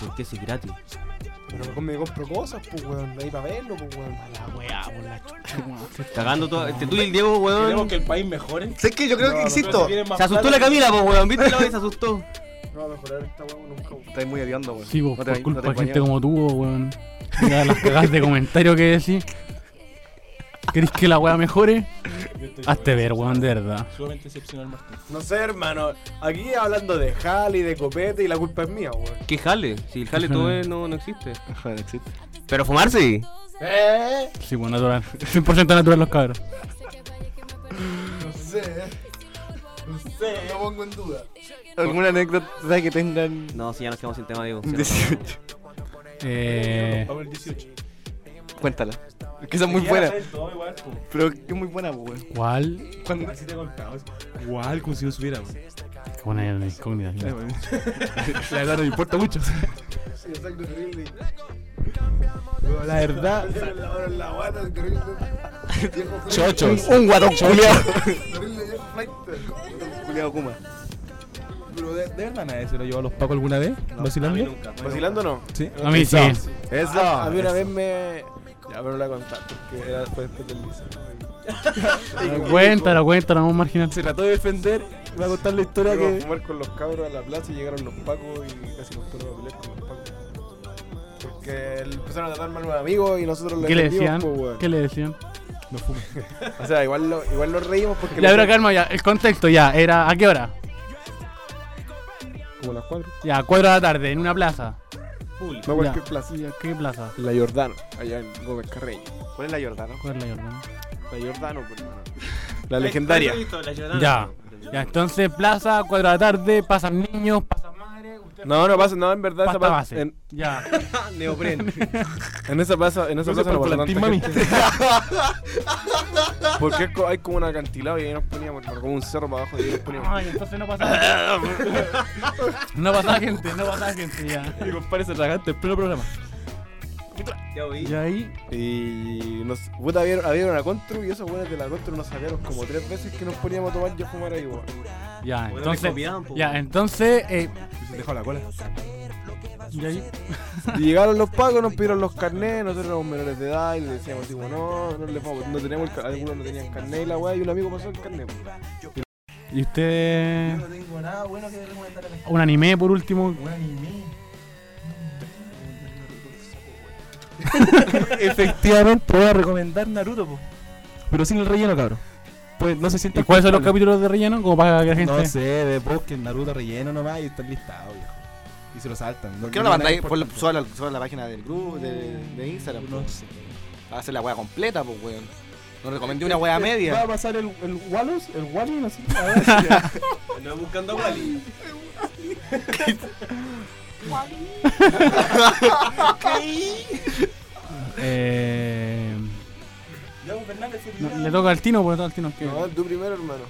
[SPEAKER 5] ¿Por qué si es gratis?
[SPEAKER 3] Pero mejor me compro cosas, pues, weón. Ahí para verlo, pues, weón.
[SPEAKER 2] La weá, por la chucha, weón.
[SPEAKER 5] Cagando todo. Este, tú y el Diego,
[SPEAKER 8] Queremos
[SPEAKER 5] weón.
[SPEAKER 8] que el país mejore.
[SPEAKER 1] Sé que yo creo que insisto.
[SPEAKER 5] Se asustó la Camila, pues, weón. ¿Viste la vez? Se asustó.
[SPEAKER 3] No va a mejorar esta weón nunca. weón.
[SPEAKER 1] Estáis muy hediondo, weón.
[SPEAKER 2] Sí, vos,
[SPEAKER 1] No te bañ-
[SPEAKER 2] por
[SPEAKER 1] no
[SPEAKER 2] culpa
[SPEAKER 1] te
[SPEAKER 2] de gente
[SPEAKER 1] bañaba.
[SPEAKER 2] como tú, vos, weón. Mira las cagadas de comentario que decís. ¿Queréis que la weá mejore? Hazte ver, weón, de verdad.
[SPEAKER 8] Sumamente excepcional, Martín.
[SPEAKER 3] No sé, hermano. Aquí hablando de jali, de copete y la culpa es mía, weón.
[SPEAKER 5] ¿Qué jale? Si el jale todo es, no, no existe.
[SPEAKER 1] Joder, existe.
[SPEAKER 5] Pero fumar sí.
[SPEAKER 3] ¿Eh?
[SPEAKER 2] Sí, bueno, natural. 100% natural los cabros.
[SPEAKER 16] No sé. No sé, lo pongo en duda.
[SPEAKER 1] ¿Alguna anécdota que tengan?
[SPEAKER 5] No, si ya nos quedamos sin tema, Diego.
[SPEAKER 1] 18.
[SPEAKER 2] Eh,
[SPEAKER 8] Vamos el 18.
[SPEAKER 1] Cuéntala. Es que esa es muy buena. Pero que es muy buena, weón.
[SPEAKER 2] ¿cuál?
[SPEAKER 1] Cuando...
[SPEAKER 8] te contamos. Igual, como si yo supiera.
[SPEAKER 2] Una de las incógnitas.
[SPEAKER 8] La
[SPEAKER 2] mira.
[SPEAKER 8] verdad no me importa mucho.
[SPEAKER 3] Sí, exacto, terrible.
[SPEAKER 8] La verdad.
[SPEAKER 3] Ahora en la guata, terrible. Viejo
[SPEAKER 8] Chochos.
[SPEAKER 1] Un guatón chuleado.
[SPEAKER 3] flight, terrible, viejo flight.
[SPEAKER 1] Culeado Kuma.
[SPEAKER 8] Pero de, de verdad nadie se lo llevó a los pacos alguna vez. ¿Vacilando?
[SPEAKER 3] ¿Vacilando o no?
[SPEAKER 8] Sí.
[SPEAKER 2] A mí sí.
[SPEAKER 1] Eso.
[SPEAKER 3] A mí una vez me. Ya, pero la contar, porque era después después del liceo.
[SPEAKER 2] Eh, Cuéntalo, cuéntalo, vamos a marginar.
[SPEAKER 8] Se trató de defender. Va a contar la historia
[SPEAKER 3] Fuimos a
[SPEAKER 8] que.
[SPEAKER 3] fumar con los cabros a la plaza y llegaron los pacos y casi nos tuvimos a pelear con los pacos. Porque el- empezaron a tratar mal a un amigo y nosotros
[SPEAKER 2] ¿Qué le
[SPEAKER 3] defendimos,
[SPEAKER 2] decían?
[SPEAKER 3] po, weón.
[SPEAKER 2] ¿Qué le decían?
[SPEAKER 8] No fume.
[SPEAKER 3] O sea, igual lo, igual lo reímos porque.
[SPEAKER 2] Ya,
[SPEAKER 3] los-
[SPEAKER 2] pero calma, ya. El contexto ya era. ¿A qué hora?
[SPEAKER 3] Como las cuatro.
[SPEAKER 2] Ya, a 4 de la tarde, en una plaza.
[SPEAKER 3] No cualquier
[SPEAKER 2] Ya.
[SPEAKER 3] plaza.
[SPEAKER 2] ¿Y a ¿Qué plaza?
[SPEAKER 3] La Jordana, allá en Gómez Carreño.
[SPEAKER 1] ¿Cuál es la Jordana?
[SPEAKER 2] ¿Cuál es la Jordana?
[SPEAKER 3] La Jordana, por hermano. La legendaria.
[SPEAKER 2] Ya. Ya, entonces plaza, 4 de la tarde, pasan niños, pasan madres. ustedes-
[SPEAKER 3] No, no pasa, no, en verdad
[SPEAKER 2] Pasta
[SPEAKER 3] esa plaza-
[SPEAKER 2] base.
[SPEAKER 3] En,
[SPEAKER 2] Ya.
[SPEAKER 5] Neopren.
[SPEAKER 3] en esa plaza, en esa
[SPEAKER 8] No se
[SPEAKER 3] plaza no
[SPEAKER 8] por
[SPEAKER 3] pasa
[SPEAKER 8] volantín,
[SPEAKER 3] tanta
[SPEAKER 8] mami.
[SPEAKER 3] gente. Porque es co- hay como un acantilado y ahí nos poníamos, pero como un cerro para abajo y ahí nos poníamos.
[SPEAKER 2] Ay, entonces no pasaba. no pasaba gente, no pasaba gente, ya.
[SPEAKER 8] Mi compadre se tragante en pleno programa.
[SPEAKER 5] Ya oí.
[SPEAKER 2] Y ahí,
[SPEAKER 3] Y nos, puta, había, había una constru y esos buenos de la constru nos sacaron como tres veces que nos poníamos a tomar y a fumar ahí, weón.
[SPEAKER 2] ya,
[SPEAKER 5] Bueno, me
[SPEAKER 2] entonces.
[SPEAKER 5] copiaban, po,
[SPEAKER 2] Ya,
[SPEAKER 5] weón.
[SPEAKER 2] entonces. Eh,
[SPEAKER 8] Y se dejó la cola.
[SPEAKER 2] y ahí.
[SPEAKER 3] Y llegaron los pagos, nos pidieron los carnets, nosotros éramos menores de edad y le decíamos, tipo, no, no les vamos, no tenemos el carnet, algunos no tenían carnet y la weá, y un amigo pasó el carnet. weón.
[SPEAKER 2] ¿Y usted.?
[SPEAKER 17] No tengo nada bueno que recomendar a la gente.
[SPEAKER 2] Un anime por último.
[SPEAKER 17] Un anime.
[SPEAKER 8] Efectivamente, voy a recomendar Naruto, po. pero sin el relleno, cabrón. Pues no se siente.
[SPEAKER 2] ¿Y cuáles son los capítulos de relleno? Como para que la gente.
[SPEAKER 8] No sé, de Pokémon, Naruto relleno nomás y están listados, viejo. Y se lo saltan.
[SPEAKER 1] ¿Por qué no la mandáis? Por la- Sube la, sube la página del grupo, de, de Instagram.
[SPEAKER 8] No sé.
[SPEAKER 1] Hace la wea completa, pues, weón. No recomendé una wea media.
[SPEAKER 8] a pasar el, el Wallos, el Wally, así.
[SPEAKER 5] Andaba buscando a Wally.
[SPEAKER 2] Eh...
[SPEAKER 17] pues,
[SPEAKER 2] No, le toca al Tino, por toca al Tino. Que, oh,
[SPEAKER 3] No, tú primero, hermano.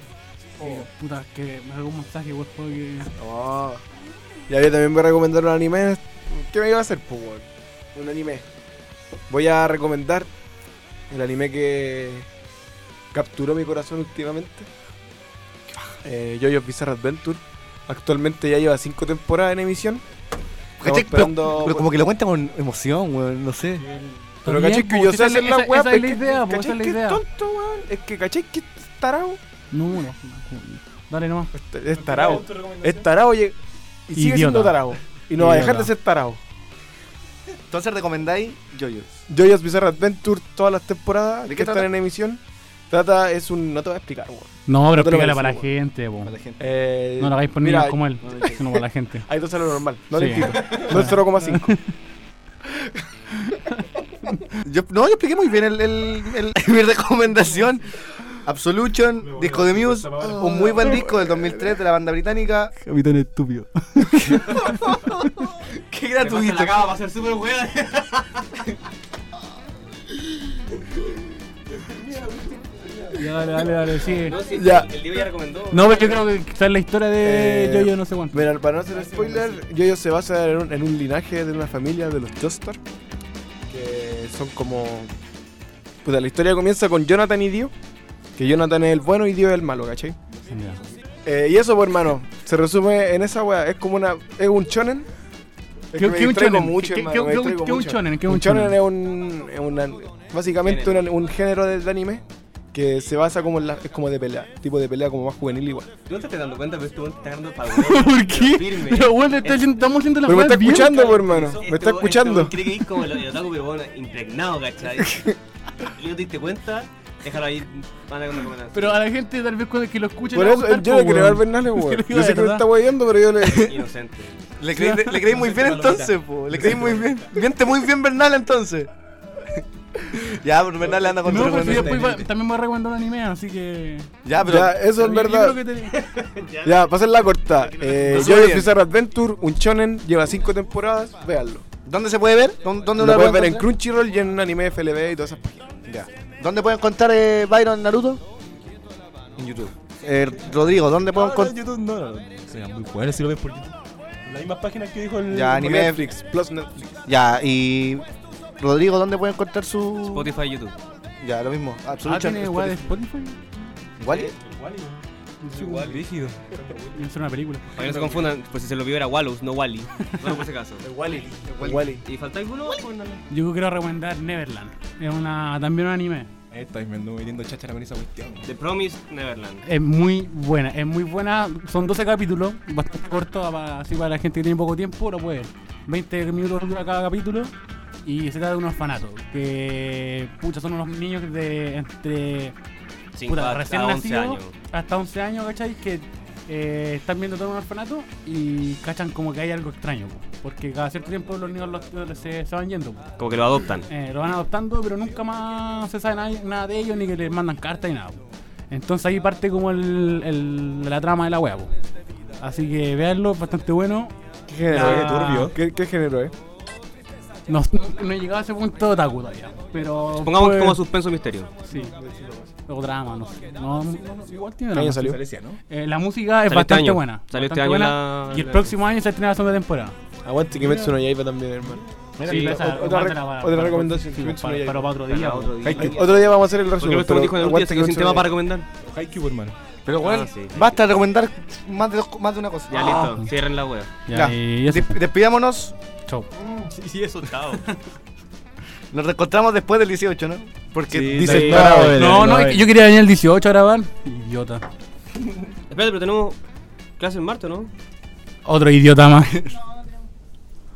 [SPEAKER 2] Puta, que me haga un mensaje, por favor. Que...
[SPEAKER 3] No. Oh. Y a mí también voy a recomendar un anime. ¿Qué me iba a hacer, po, weón? Un anime. Voy a recomendar el anime que capturó mi corazón últimamente. Eh, Jojo's Bizarre Adventure. Actualmente ya lleva 5 temporadas en emisión. Estamos
[SPEAKER 1] Caché, pero,
[SPEAKER 3] esperando-
[SPEAKER 1] pero como que lo cuenta con emoción, weón. No sé.
[SPEAKER 3] Pero
[SPEAKER 2] Está
[SPEAKER 3] caché
[SPEAKER 2] bien,
[SPEAKER 3] que
[SPEAKER 2] po,
[SPEAKER 3] yo
[SPEAKER 2] si
[SPEAKER 3] sé
[SPEAKER 2] pues, esa-
[SPEAKER 3] hacer la
[SPEAKER 2] esa-
[SPEAKER 3] weá, pues,
[SPEAKER 2] esa
[SPEAKER 3] pero
[SPEAKER 2] es la
[SPEAKER 3] que-
[SPEAKER 2] idea, po,
[SPEAKER 3] caché
[SPEAKER 2] esa es la
[SPEAKER 3] que
[SPEAKER 2] idea.
[SPEAKER 3] tonto, weón. Es que caché que es tarao.
[SPEAKER 2] No, no, no. Dale nomás. pues.
[SPEAKER 3] Este, Es tarao. Es tarao lleg- y sigue
[SPEAKER 2] Idiota.
[SPEAKER 3] siendo tarao. Y no va a dejar de
[SPEAKER 2] Idiota.
[SPEAKER 3] ser tarao.
[SPEAKER 1] Entonces recomendáis Yoyos.
[SPEAKER 3] Joyous Bizarre Adventure, todas las temporadas
[SPEAKER 1] ¿De
[SPEAKER 3] que
[SPEAKER 1] qué
[SPEAKER 3] están
[SPEAKER 1] trata?
[SPEAKER 3] en emisión. Trata, es un. No te voy a explicar, weón.
[SPEAKER 2] No, pero
[SPEAKER 3] No te lo
[SPEAKER 2] explícala
[SPEAKER 3] mereces,
[SPEAKER 2] para la
[SPEAKER 3] weón.
[SPEAKER 2] gente, po.
[SPEAKER 1] Para la gente.
[SPEAKER 3] Eh,
[SPEAKER 2] No la hagáis por
[SPEAKER 3] mira,
[SPEAKER 2] niños como él,
[SPEAKER 1] no lo
[SPEAKER 2] sino para la gente.
[SPEAKER 3] Ahí te sale lo normal. No
[SPEAKER 2] Sí.
[SPEAKER 3] te explico. No es 0,5.
[SPEAKER 1] Yo, no, yo expliqué muy bien el, el- el- mi recomendación. Absolution, disco de Muse, un muy buen disco del 2003 de la banda británica.
[SPEAKER 8] Capitán estúpido.
[SPEAKER 1] Qué gratuito.
[SPEAKER 5] la cama va a ser súper buena.
[SPEAKER 2] Ya, dale, dale, dale, sigue.
[SPEAKER 5] No, sí,
[SPEAKER 1] Ya.
[SPEAKER 5] el libro ya recomendó.
[SPEAKER 2] No, pero yo creo que quizás la historia de
[SPEAKER 3] Eh,
[SPEAKER 2] yo, yo no sé cuánto.
[SPEAKER 3] Mira, para no hacer spoiler, Yoyo se basa en un, en un linaje de una familia de los Jostar, que son como... Puta, la historia comienza con Jonathan y Dio, que Jonathan es el bueno y Dio es el malo, ¿cachai? Eh, y eso, pues, hermano, se resume en esa weá, es como una... es un shonen. Es
[SPEAKER 2] ¿Qué-
[SPEAKER 3] me
[SPEAKER 2] qué un
[SPEAKER 3] distraigo
[SPEAKER 2] shonen?
[SPEAKER 3] mucho,
[SPEAKER 2] ¿Qué-
[SPEAKER 3] hermano,
[SPEAKER 2] qué-
[SPEAKER 3] me
[SPEAKER 2] qué-
[SPEAKER 3] distraigo
[SPEAKER 2] qué un
[SPEAKER 3] mucho.
[SPEAKER 2] shonen? ¿Qué un
[SPEAKER 3] un shonen?
[SPEAKER 2] shonen?
[SPEAKER 3] es un... es una- básicamente una- un género del anime que se basa como en la, es como de pelea, tipo de pelea como más juvenil igual.
[SPEAKER 5] ¿Tú no te estás dando cuenta? Pero este weón te está agarrando para
[SPEAKER 2] ¿Por qué? Pero bueno, está haciendo- estamos haciendo la
[SPEAKER 3] Pero me
[SPEAKER 2] weá
[SPEAKER 3] está
[SPEAKER 2] bien.
[SPEAKER 3] escuchando, pues, hermano. Me está escuchando.
[SPEAKER 5] Cree que Este es como el, el otaku, pero bueno, impregnado, ¿cachai? Leo, ¿te diste cuenta? Déjalo ahí, van a comentar.
[SPEAKER 2] Pero a la gente tal vez cuando que lo escuche
[SPEAKER 3] Por
[SPEAKER 2] le va a
[SPEAKER 3] eso,
[SPEAKER 2] gustar,
[SPEAKER 3] yo
[SPEAKER 2] po,
[SPEAKER 3] le creo al
[SPEAKER 2] pues, weón.
[SPEAKER 3] Bernales,
[SPEAKER 2] Sí,
[SPEAKER 3] weón.
[SPEAKER 2] le digo
[SPEAKER 3] Yo
[SPEAKER 2] la
[SPEAKER 3] sé que me
[SPEAKER 2] verdad.
[SPEAKER 3] está weyendo, pero yo le.
[SPEAKER 5] Inocente.
[SPEAKER 1] Le creí, le creí muy bien entonces, po. Le creí muy bien. Miente muy bien Bernal entonces. pues, ya, pero Bernal anda con
[SPEAKER 2] No,
[SPEAKER 1] todo
[SPEAKER 2] pero si
[SPEAKER 1] el
[SPEAKER 2] después va- también me recomendó un anime, así que.
[SPEAKER 1] Ya, pero.
[SPEAKER 3] Ya, eh, eso es
[SPEAKER 2] El
[SPEAKER 3] verdad.
[SPEAKER 2] libro que te-
[SPEAKER 3] Ya, para hacer la corta. Eh,
[SPEAKER 1] Está
[SPEAKER 3] Jojo
[SPEAKER 1] bien.
[SPEAKER 3] Bizarre Adventure, un shonen, lleva 5 temporadas, véanlo.
[SPEAKER 1] ¿Dónde se puede ver? ¿Dónde, dónde
[SPEAKER 3] Lo
[SPEAKER 1] lo
[SPEAKER 3] pueden
[SPEAKER 1] pueden
[SPEAKER 3] ver en
[SPEAKER 1] encontrar?
[SPEAKER 3] Crunchyroll y en anime FLB y todas esas páginas. Ya.
[SPEAKER 1] ¿Dónde pueden contar eh, Byron Naruto? En YouTube. Eh, Rodrigo, ¿dónde pueden
[SPEAKER 8] Con
[SPEAKER 1] contar?
[SPEAKER 8] YouTube no, no. Sería muy bueno si lo ves por YouTube. La misma página que dijo el.
[SPEAKER 1] Ya, anime.
[SPEAKER 3] Netflix, plus Netflix.
[SPEAKER 1] Ya, y. Rodrigo, ¿dónde pueden encontrar su.
[SPEAKER 5] Spotify, YouTube.
[SPEAKER 1] Ya, lo mismo.
[SPEAKER 2] Ah,
[SPEAKER 1] Absolution.
[SPEAKER 2] tiene weá de Spotify.
[SPEAKER 1] ¿Wally?
[SPEAKER 5] Igual, rígido.
[SPEAKER 2] Voy a hacer una película.
[SPEAKER 5] Para que no se confundan, pues si se lo vio era Wallows, no Wally. Bueno, por ese caso.
[SPEAKER 1] Wally.
[SPEAKER 3] Wally.
[SPEAKER 5] ¿Y falta alguno? Pónganle.
[SPEAKER 2] Yo quiero recomendar Neverland. Es una, también un anime.
[SPEAKER 8] Ahí está, me ando metiendo cháchara con esa cuestión.
[SPEAKER 5] The Promised Neverland.
[SPEAKER 2] Es muy buena, es muy buena. Son 12 capítulos, bastante corto, para- así para la gente que tiene poco tiempo, lo puede. ver. 20 minutos dura cada capítulo. Y se trata de unos fanatos, que pucha, son unos niños de entre
[SPEAKER 5] Cinco
[SPEAKER 2] puta,
[SPEAKER 5] a-
[SPEAKER 2] recién
[SPEAKER 5] a 11
[SPEAKER 2] nacidos
[SPEAKER 5] años.
[SPEAKER 2] hasta 11 años, ¿cachai? Que eh, están viendo todo en un orfanato y cachan como que hay algo extraño, po. porque cada cierto tiempo los niños los- los- se, se van yendo. po.
[SPEAKER 5] Como que lo adoptan.
[SPEAKER 2] Eh, lo van adoptando, pero nunca más se sabe na- nada de ellos, ni que les mandan cartas ni nada. po. Entonces ahí parte como el, el- la trama de la wea. po. Así que veanlo, bastante bueno.
[SPEAKER 3] ¿Qué género
[SPEAKER 2] Ya.
[SPEAKER 3] eh? ¿Qué, qué género eh? es?
[SPEAKER 2] No, no he llegado a ese punto de otaku todavía. Pero.
[SPEAKER 5] Pongamos
[SPEAKER 2] fue-
[SPEAKER 5] como suspenso misterio.
[SPEAKER 2] Sí. O drama, no sé. No, no, igual tiene
[SPEAKER 3] ¿Qué año
[SPEAKER 2] drama.
[SPEAKER 3] salió?
[SPEAKER 2] Eh, la música
[SPEAKER 5] Salió
[SPEAKER 2] es
[SPEAKER 5] este
[SPEAKER 2] bastante
[SPEAKER 5] año.
[SPEAKER 2] buena.
[SPEAKER 5] Salió este
[SPEAKER 2] bastante
[SPEAKER 5] año
[SPEAKER 2] buena.
[SPEAKER 5] la-
[SPEAKER 2] Y el
[SPEAKER 5] la-
[SPEAKER 2] próximo año se estrena la segunda temporada.
[SPEAKER 3] Aguante Kimetsu no Yaiba también, hermano.
[SPEAKER 2] Sí,
[SPEAKER 3] mira,
[SPEAKER 2] esa-
[SPEAKER 3] otra-
[SPEAKER 2] aguántala
[SPEAKER 3] otra
[SPEAKER 2] para-
[SPEAKER 3] otra
[SPEAKER 2] para-
[SPEAKER 3] recomendación,
[SPEAKER 2] sí,
[SPEAKER 3] Kimetsu no
[SPEAKER 2] para,
[SPEAKER 3] Yaiba.
[SPEAKER 2] para otro día.
[SPEAKER 5] Para otro
[SPEAKER 2] weón.
[SPEAKER 5] día.
[SPEAKER 3] Haikyuu. Otro día vamos a hacer el
[SPEAKER 5] Porque
[SPEAKER 3] resumen.
[SPEAKER 5] el último dijo en el último, así que sin tema para recomendar.
[SPEAKER 8] Haikyuu, pues, hermano.
[SPEAKER 1] Pero, bueno,
[SPEAKER 5] Ah, sí.
[SPEAKER 1] basta de recomendar más de, dos- más de una cosa.
[SPEAKER 5] Ya listo, cierren la wea.
[SPEAKER 2] Ya,
[SPEAKER 1] Ya.
[SPEAKER 2] y eso.
[SPEAKER 1] Desp- despidámonos.
[SPEAKER 2] Chau.
[SPEAKER 5] Sí, sí, eso, chao.
[SPEAKER 1] Nos reencontramos después del 18, ¿no? Porque
[SPEAKER 8] Sí,
[SPEAKER 1] dice
[SPEAKER 8] sí.
[SPEAKER 1] Nora,
[SPEAKER 8] No,
[SPEAKER 1] güey.
[SPEAKER 2] No, no, yo quería venir el 18 a grabar. Idiota.
[SPEAKER 5] Espérate, pero tenemos clase en marzo, ¿no?
[SPEAKER 2] Otro idiota más.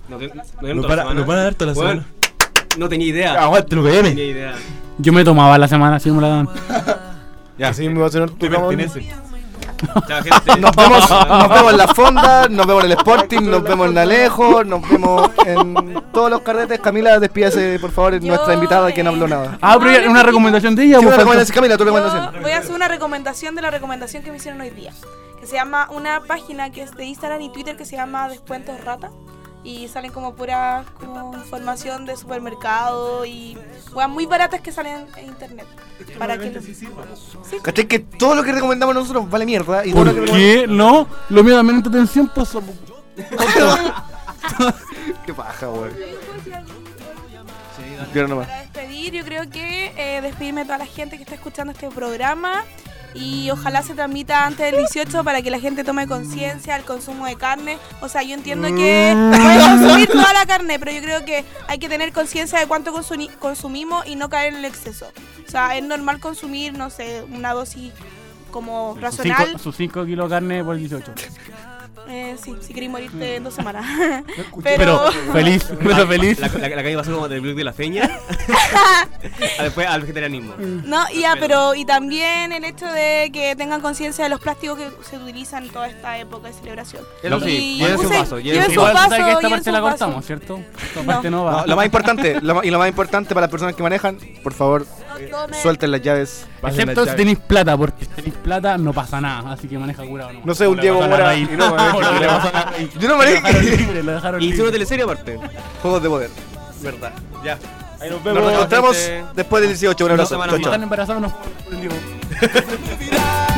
[SPEAKER 5] No, te- no,
[SPEAKER 8] Nos van a- nos van a dar toda la
[SPEAKER 5] Weón,
[SPEAKER 8] semana.
[SPEAKER 5] No tenía idea.
[SPEAKER 8] Aguante,
[SPEAKER 5] No
[SPEAKER 8] UPM.
[SPEAKER 5] tenía idea.
[SPEAKER 2] Yo me tomaba la semana si no me la daban.
[SPEAKER 3] Ya, sí, me va a sonar tu
[SPEAKER 8] Te
[SPEAKER 3] Ramón.
[SPEAKER 8] pertenece.
[SPEAKER 5] Chao, gente.
[SPEAKER 1] Nos vemos, nos vemos en la fonda, nos vemos en el Sporting, nos vemos en Alejo, nos vemos en todos los carretes. Camila, despídase, por favor,
[SPEAKER 12] Yo,
[SPEAKER 1] nuestra invitada que no habló
[SPEAKER 12] eh,
[SPEAKER 1] nada.
[SPEAKER 2] Ah, pero ya- una recomendación de ella.
[SPEAKER 1] Sí,
[SPEAKER 2] pues,
[SPEAKER 1] una
[SPEAKER 2] falta-
[SPEAKER 1] recomendación, Camila, tu
[SPEAKER 12] Yo
[SPEAKER 1] recomendación.
[SPEAKER 12] voy a hacer una recomendación de la recomendación que me hicieron hoy día. Que se llama una página que es de Instagram y Twitter que se llama Descuentos Rata. Y salen como pura como información de supermercado y weas muy baratas que salen en internet. Para que lo- Sí.
[SPEAKER 1] ¿Cachai que todo lo que recomendamos nosotros vale mierda? Y todo lo que
[SPEAKER 2] ¿Por qué? No, lo mío también es entretención, pues. so-
[SPEAKER 1] recomendamos- Qué paja, güey. Pero nomás.
[SPEAKER 12] Para despedir, yo creo que eh, despedirme de toda la gente que está escuchando este programa y ojalá se transmita antes del 18 para que la gente tome conciencia al consumo de carne. O sea, yo entiendo que puedes consumir toda la carne, pero yo creo que hay que tener conciencia de cuánto consuni- consumimos y no caer en el exceso. O sea, es normal consumir, no sé, una dosis como
[SPEAKER 2] Sus 5
[SPEAKER 12] racional.
[SPEAKER 2] sus cinco kilos de carne por el 18.
[SPEAKER 12] Eh, sí, si queréis morirte en dos semanas.
[SPEAKER 2] Pero feliz, pero feliz.
[SPEAKER 5] La, la, la calle pasó como del club de la feña. A después al vegetarianismo.
[SPEAKER 12] No, y ya, pero y también el hecho de que tengan conciencia de los plásticos que se utilizan en toda esta época de celebración.
[SPEAKER 5] Eso
[SPEAKER 12] Y
[SPEAKER 5] sí, llévense un
[SPEAKER 12] usen-
[SPEAKER 5] vaso,
[SPEAKER 12] lleven
[SPEAKER 5] llévense
[SPEAKER 12] su
[SPEAKER 5] un
[SPEAKER 2] Igual tú
[SPEAKER 12] vaso,
[SPEAKER 2] sabes que esta
[SPEAKER 12] lleven
[SPEAKER 2] parte
[SPEAKER 12] su
[SPEAKER 2] la
[SPEAKER 12] vaso.
[SPEAKER 2] cortamos, ¿cierto? Esta
[SPEAKER 12] No.
[SPEAKER 2] parte no va.
[SPEAKER 1] No, lo más importante, lo más- y lo más importante para las personas que manejan, por favor,
[SPEAKER 12] tomen.
[SPEAKER 1] Suelten las llaves.
[SPEAKER 2] Excepto si tenéis plata, porque si tenéis plata no pasa nada, así que maneja curado. No,
[SPEAKER 1] No sé, un Diego Mora. y no,
[SPEAKER 2] O le pasó nada
[SPEAKER 1] me-
[SPEAKER 2] ahí.
[SPEAKER 1] Yo no me
[SPEAKER 2] Lo dejaron libre, lo dejaron
[SPEAKER 1] Y
[SPEAKER 2] libre.
[SPEAKER 1] hizo una
[SPEAKER 5] teleserie aparte.
[SPEAKER 1] Juegos de poder. Verdad.
[SPEAKER 5] Ya. Ahí nos
[SPEAKER 1] Nos reencontramos después del 18. Un abrazo.
[SPEAKER 2] No,
[SPEAKER 1] Chao,
[SPEAKER 2] si
[SPEAKER 1] chao.
[SPEAKER 2] están embarazados, no jueguen con el Diego.